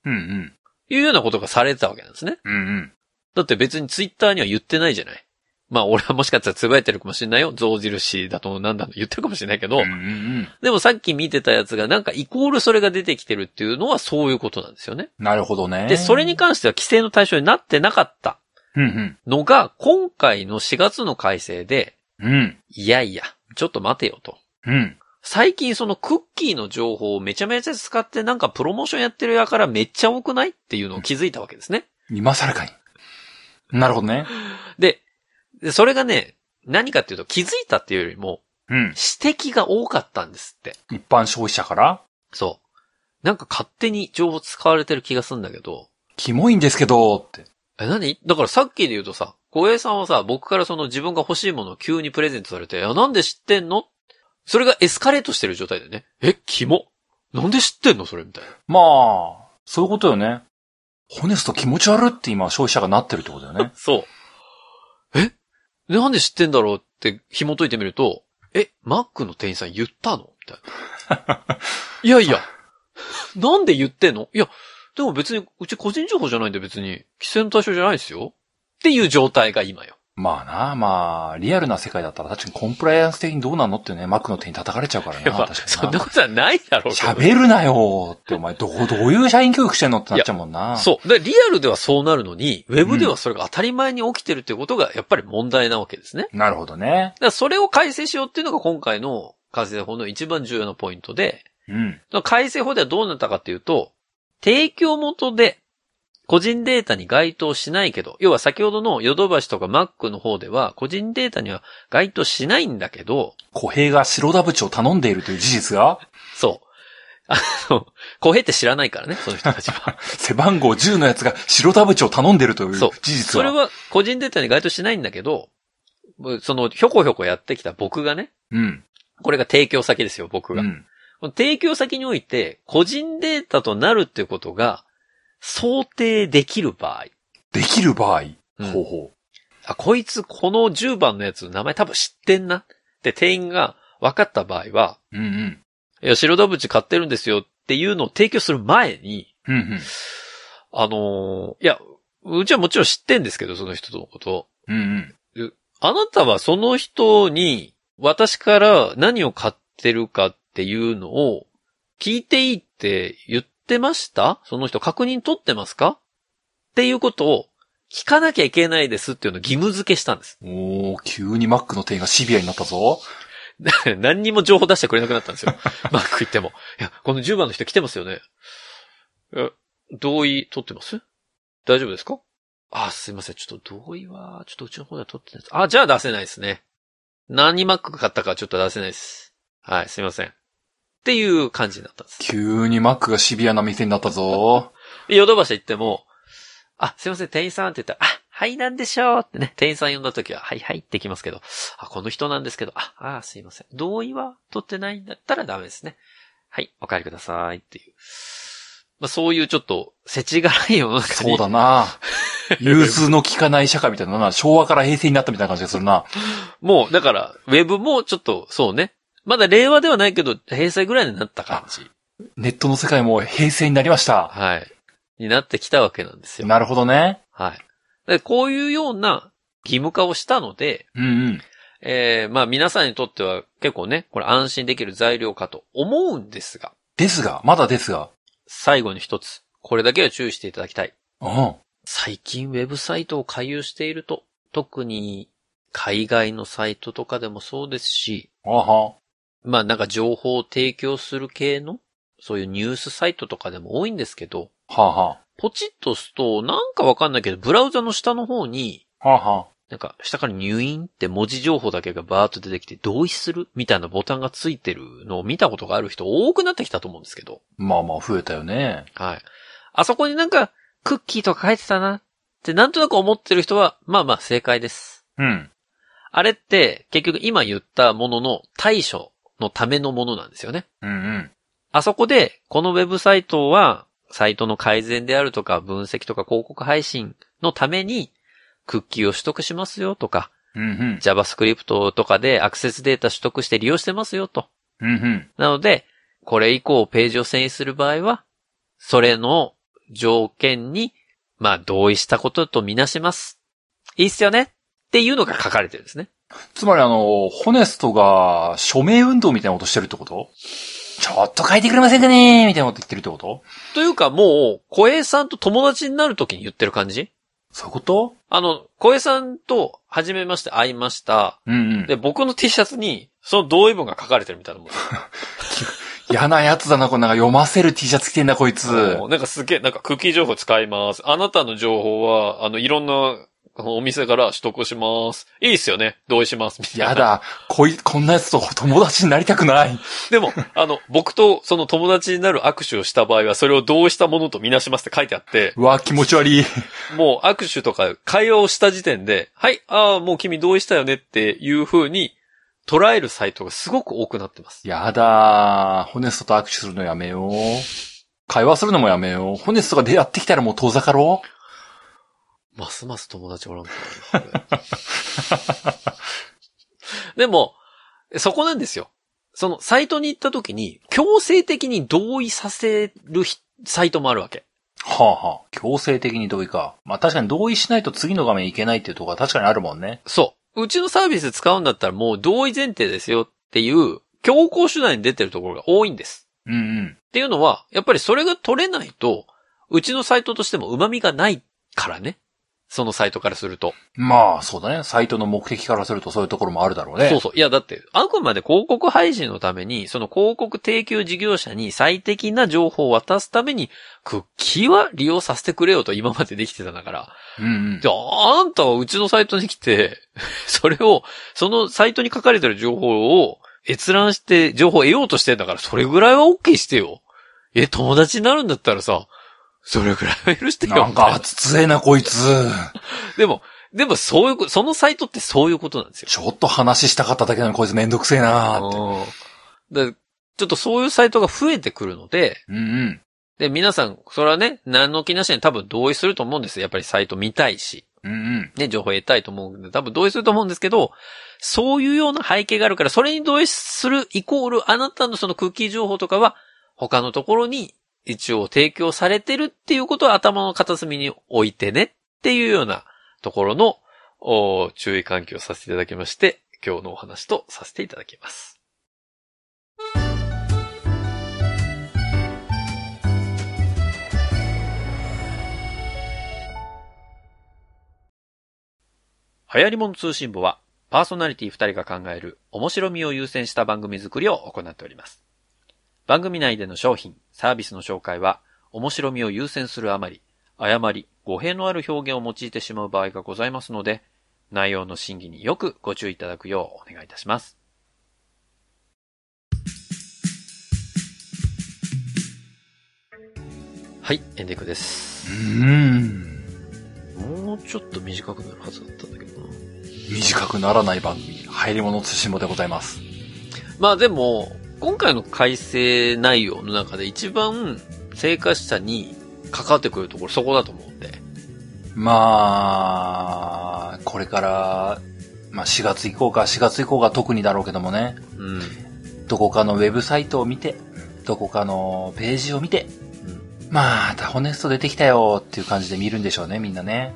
Speaker 2: うんうん。
Speaker 1: いうようなことがされてたわけなんですね。
Speaker 2: うんうん。
Speaker 1: だって別にツイッターには言ってないじゃない。まあ俺はもしかしたらつぶやいてるかもしれないよ。象印だとなんだの言ってるかもしれないけど、
Speaker 2: うんうん。
Speaker 1: でもさっき見てたやつがなんかイコールそれが出てきてるっていうのはそういうことなんですよね。
Speaker 2: なるほどね。
Speaker 1: で、それに、関しては規制の対象になってなかった
Speaker 2: うん
Speaker 1: のが、今回の4月の改正で、
Speaker 2: うん。うん。
Speaker 1: いやいや、ちょっと待てよと。
Speaker 2: うん。
Speaker 1: 最近そのクッキーの情報をめちゃめちゃ使ってなんかプロモーションやってるやからめっちゃ多くないっていうのを気づいたわけですね。
Speaker 2: 今更かい。なるほどね。
Speaker 1: で、でそれがね、何かっていうと気づいたっていうよりも、
Speaker 2: うん。
Speaker 1: 指摘が多かったんですって。
Speaker 2: 一般消費者から、
Speaker 1: そう。なんか勝手に情報使われてる気がするんだけど、
Speaker 2: キモいんですけど、って。
Speaker 1: え、何だからさっきで言うとさ、小平さんはさ、僕からその自分が欲しいものを急にプレゼントされて、いや、なんで知ってんのそれがエスカレートしてる状態でね、え、キモなんで知ってんのそれみたいな。。
Speaker 2: まあ、そういうことよね。ホネスト気持ち悪って今消費者がなってるってことだよね *laughs*
Speaker 1: そう。えなんで知ってんだろうって紐解いてみると、え、マックの店員さん言ったのみたい
Speaker 2: *laughs*
Speaker 1: な。いやいや、なんで言ってんのいや、でも別にうち個人情報じゃないんで別に規制の対象じゃないですよ。っていう状態が今よ。
Speaker 2: まあな、まあ、リアルな世界だったら確かにコンプライアンス的にどうなんのってね、マックの手に叩かれちゃうから
Speaker 1: や
Speaker 2: な、
Speaker 1: っぱ、
Speaker 2: 確
Speaker 1: そ
Speaker 2: か
Speaker 1: ん
Speaker 2: に
Speaker 1: な
Speaker 2: な。
Speaker 1: ことはないだろうけど
Speaker 2: 喋るなよって、お前、どう、ど *laughs* ういう社員教育してんのってなっちゃうもんな。
Speaker 1: そう。で、リアルではそうなるのに、ウェブではそれが当たり前に起きてるっていうことがやっぱり問題なわけですね。
Speaker 2: なるほどね。
Speaker 1: だからそれを改正しようっていうのが今回の改正法の一番重要なポイントで、
Speaker 2: うん。
Speaker 1: 改正法ではどうなったかっていうと、提供元で個人データに該当しないけど、要は先ほどのヨドバシとかマックの方では個人データには該当しないんだけど、
Speaker 2: 小平が白田部長を頼んでいるという事実が、 *laughs*
Speaker 1: そう。の、小平って知らないからね、その人たちは。
Speaker 2: 背番号10のやつが白田部長頼んでるという
Speaker 1: そう
Speaker 2: 事実
Speaker 1: そ
Speaker 2: は。
Speaker 1: れは個人データに該当しないんだけど、もうその、ひょこひょこやってきた僕がね、
Speaker 2: うん。
Speaker 1: これが提供先ですよ、僕
Speaker 2: う
Speaker 1: が。
Speaker 2: ん。
Speaker 1: この提供先において、個人データとなるっていうことが、想定できる場合。
Speaker 2: できる場合、
Speaker 1: うん
Speaker 2: 方法。
Speaker 1: あ、こいつこの10番のやつの名前多分知ってんな。で、店員が分かった場合は、
Speaker 2: うんうん。
Speaker 1: いや、白田淵買ってるんですよっていうのを提供する前に、
Speaker 2: うんうん。
Speaker 1: あのーいや、うちはもちろん知ってんですけど、その人のこと。
Speaker 2: うんうん。
Speaker 1: あなたはその人に、私から何を買ってるかっていうのを、聞いていいって言ってましたその人確認取ってますかっていうことを、聞かなきゃいけないですっていうのを義務付けしたんです。
Speaker 2: おー、急にマックの店員がシビアになったぞ。
Speaker 1: *laughs* 何にも情報出してくれなくなったんですよ。マック行っても。いや、この10番の人来てますよね。え、同意取ってます大丈夫ですかあ、すいません。ちょっと同意は、ちょっとうちの方では取ってないです。あ、じゃあ出せないですね。何マック買ったかちょっと出せないです。はい、すいません。っていう感じになったんです。
Speaker 2: 急にマックがシビアな店になったぞ。
Speaker 1: でヨドバシ行っても、あ、すいません、店員さんって言ったら、あ、はいなんでしょうってね、店員さん呼んだ時は、はいはいってきますけど、あ、この人なんですけど、あ、あすいません。同意は取ってないんだったらダメですね。はい、お帰りくださいっていう。まあそういうちょっと、世知辛い世の中に。
Speaker 2: そうだな融通の利かない社会みたいなのな、昭和から平成になったみたいな感じがするな。
Speaker 1: もう、だから、ウェブもちょっと、そうね。まだ令和ではないけど、平成ぐらいになった感じ。
Speaker 2: ネットの世界も平成になりました。
Speaker 1: はい。になってきたわけなんですよ。
Speaker 2: なるほどね。
Speaker 1: はい。でこういうような義務化をしたので、
Speaker 2: うんうん。
Speaker 1: えーまあ皆さんにとっては結構ね、これ安心できる材料かと思うんですが、
Speaker 2: ですが、まだですが。
Speaker 1: 最後に一つ、これだけは注意していただきたい。
Speaker 2: うん。
Speaker 1: 最近ウェブサイトを回遊していると、特に海外のサイトとかでもそうですし、
Speaker 2: あは。
Speaker 1: まあなんか情報を提供する系の、そういうニュースサイトとかでも多いんですけど、
Speaker 2: はあは
Speaker 1: ポチッと押すと、なんかわかんないけど、ブラウザの下の方に、
Speaker 2: あ。はあはあ。
Speaker 1: なんか、下から入院って文字情報だけがバーッと出てきて、同意するみたいなボタンがついてるのを見たことがある人多くなってきたと思うんですけど。
Speaker 2: まあまあ、増えたよね。
Speaker 1: はい。あそこになんか、クッキーとか書いてたなってなんとなく思ってる人は、まあまあ正解です。
Speaker 2: うん。
Speaker 1: あれって、結局今言ったものの対処のためのものなんですよね。
Speaker 2: うんうん。
Speaker 1: あそこで、このウェブサイトは、サイトの改善であるとか、分析とか広告配信のために、クッキーを取得しますよとか、
Speaker 2: うんうん。
Speaker 1: JavaScript とかでアクセスデータ取得して利用してますよと。
Speaker 2: うんうん。
Speaker 1: なので、これ以降ページを遷移する場合は、それの条件に、まあ同意したこととみなします。いいっすよねっていうのが書かれてるんですね。
Speaker 2: つまりあの、ホネストが署名運動みたいなことしてるってことちょっと書いてくれませんかねみたいなこと言ってるってこと
Speaker 1: というかもう、小平さんと友達になるときに言ってる感じ
Speaker 2: そういうこと
Speaker 1: あの、小平さんと初めまして会いました。
Speaker 2: うんうん。
Speaker 1: で、僕の T シャツに、その同意文が書かれてるみたいなもん。
Speaker 2: 嫌なやつだな、こんなんか読ませる T シャツ着てんだ、こいつ。
Speaker 1: もうなんかすげえ、なんかクッキー情報使います。あなたの情報は、あの、いろんな、あのお店から取得します。いいっすよね。同意します。みたいな。
Speaker 2: や。だ、こい、こんなやつと友達になりたくない。
Speaker 1: でも、あの、僕とその友達になる握手をした場合は、それを同意したものとみなしますって書いてあって、
Speaker 2: うわ、気持ち悪い。
Speaker 1: もう握手とか会話をした時点で、はい、ああ、もう君同意したよねっていう風に捉えるサイトがすごく多くなってます。
Speaker 2: やだ、ホネストと握手するのやめよう。会話するのもやめよう。ホネストが出会ってきたらもう遠ざかろう。
Speaker 1: ますます友達おらんからなこれ *laughs* でも、そこなんですよ。その、サイトに行った時に、強制的に同意させるひサイトもあるわけ。
Speaker 2: はあはあ、強制的に同意か。まあ確かに同意しないと次の画面いけないっていうところは確かにあるもんね。
Speaker 1: そう。うちのサービス使うんだったらもう同意前提ですよっていう、強行手段に出てるところが多いんです。
Speaker 2: うんうん。
Speaker 1: っていうのは、やっぱりそれが取れないと、うちのサイトとしても旨味がないからね。そのサイトからすると。
Speaker 2: まあ、そうだね。サイトの目的からするとそういうところもあるだろうね。
Speaker 1: そうそう。いや、だって、あくまで広告配信のために、その広告提供事業者に最適な情報を渡すために、クッキーは利用させてくれよと今までできてたんだから。
Speaker 2: う。うんうん。
Speaker 1: で、あんたはうちのサイトに来て、 *laughs* それを、そのサイトに書かれてる情報を閲覧して情報を得ようとしてんだから、それぐらいは OK してよ。え、友達になるんだったらさ、それくらい許してよ。
Speaker 2: なん
Speaker 1: みたい
Speaker 2: か、つえな、こいつ。
Speaker 1: でも、でもそういうこ、そのサイトってそういうことなんですよ。
Speaker 2: ちょっと話したかっただけなのに、こいつめんどくせえなーって。
Speaker 1: うんだちょっとそういうサイトが増えてくるので、
Speaker 2: うんうん。
Speaker 1: で、皆さん、それはね、何の気なしに多分同意すると思うんですよ。やっぱりサイト見たいし、
Speaker 2: うんうん。
Speaker 1: ね、情報得たいと思うんで、多分同意すると思うんですけど、そういうような背景があるから、それに同意するイコール、あなたのそのクッキー情報とかは、他のところに一応提供されてるっていうことは頭の片隅に置いてねっていうようなところの、お注意喚起をさせていただきまして、今日のお話とさせていただきます。流行り物通信簿は、パーソナリティ2人が考える面白みを優先した番組作りを行っております。番組内での商品、サービスの紹介は、面白みを優先するあまり、誤り、語弊のある表現を用いてしまう場合がございますので、内容の審議によくご注意いただくようお願いいたします。はい、エンディングです。
Speaker 2: うん。
Speaker 1: もうちょっと短くなるはずだったんだけどな。
Speaker 2: 短くならない番組、入り物通信簿でございます。
Speaker 1: まあでも、今回の改正内容の中で一番生活者に関わってくるところそこだと思うんで。
Speaker 2: まあ、これから、まあ4月以降か、4月以降が特にだろうけどもね、
Speaker 1: うん。
Speaker 2: どこかのウェブサイトを見て、どこかのページを見て、まあ、たホネスト出てきたよっていう感じで見るんでしょうね、みんなね。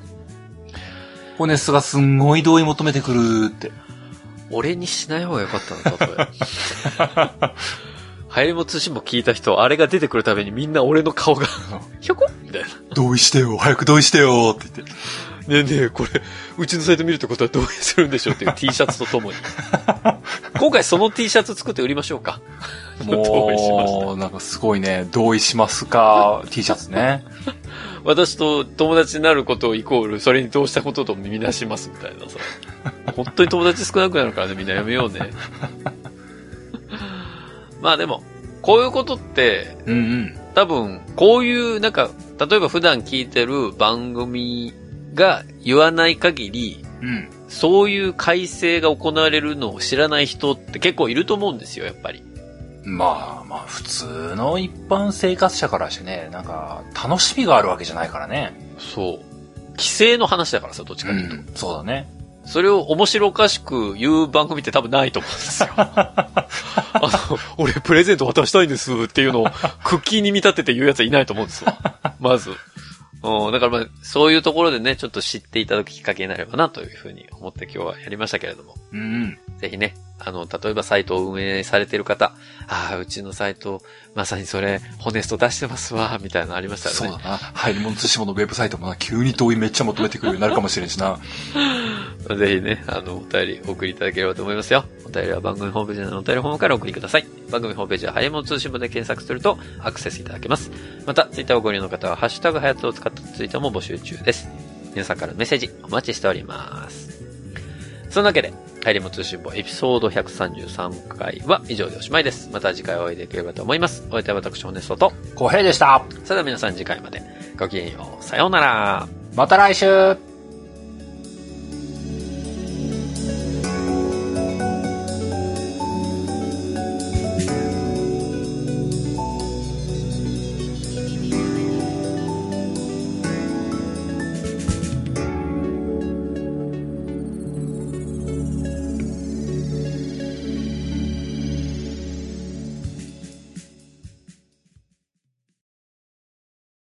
Speaker 2: ホネストがすんごい同意求めてくるって。
Speaker 1: 俺にしない方がよかったな、例え。流行りも通信も聞いた人、あれが出てくるたびにみんな俺の顔が、ひょこみたいな。
Speaker 2: 同意してよ、早く同意してよって言って。
Speaker 1: ねえねえ、これ、うちのサイト見るってことはどうするんでしょうっていう T シャツとともに。今回その T シャツ作って売りましょうか。 *laughs* 同意しました
Speaker 2: もう、なんかすごいね、同意しますか、T シャツね。
Speaker 1: 私と友達になることをイコール、それにどうしたこととみなしますみたいなさ。本当に友達少なくなるからね、みんなやめよう *laughs* ね。まあでも、こういうことって、
Speaker 2: うんうん。
Speaker 1: 多分、こういう、なんか、例えば普段聞いてる番組が言わない限り、
Speaker 2: うん。
Speaker 1: そういう改正が行われるのを知らない人って結構いると思うんですよ、やっぱり。
Speaker 2: まあまあ、普通の一般生活者からしてね、なんか、楽しみがあるわけじゃないからね。
Speaker 1: そう。規制の話だからさ、どっちかというと。
Speaker 2: そうだね。
Speaker 1: それを面白おかしく言う番組って多分ないと思うんですよ。あの、俺プレゼント渡したいんですっていうのをクッキーに見立てて言うやつはいないと思うんですよ。まず。うん、だからまあ、そういうところでね、ちょっと知っていただくきっかけになればなというふうに思って今日はやりましたけれども。
Speaker 2: うんうん。
Speaker 1: ぜひね、あの、例えばサイトを運営されてる方、ああ、うちのサイト、まさにそれ、ホネスト出してますわ、みたいなのありましたらね。
Speaker 2: そうだな。入り物通信簿のウェブサイトもな、急に同意めっちゃ求めてくるようになるかもしれんし *laughs* な。
Speaker 1: ぜひね、あの、お便りお送りいただければと思いますよ。お便りは番組ホームページのお便りフォームからお送りください。番組ホームページは早いもの通信簿で検索するとアクセスいただけます。また、ツイッターをご利用の方は、ハッシュタグはやつを使ったツイートも募集中です。皆さんからのメッセージお待ちしております。そんなわけで、入りも通信簿エピソード133回は以上でおしまいです。また次回お会いできればと思います。お相手は私、ホネストと。
Speaker 2: 浩平でした。
Speaker 1: それでは皆さん次回まで。ごきげんよう。さようなら。
Speaker 2: また来週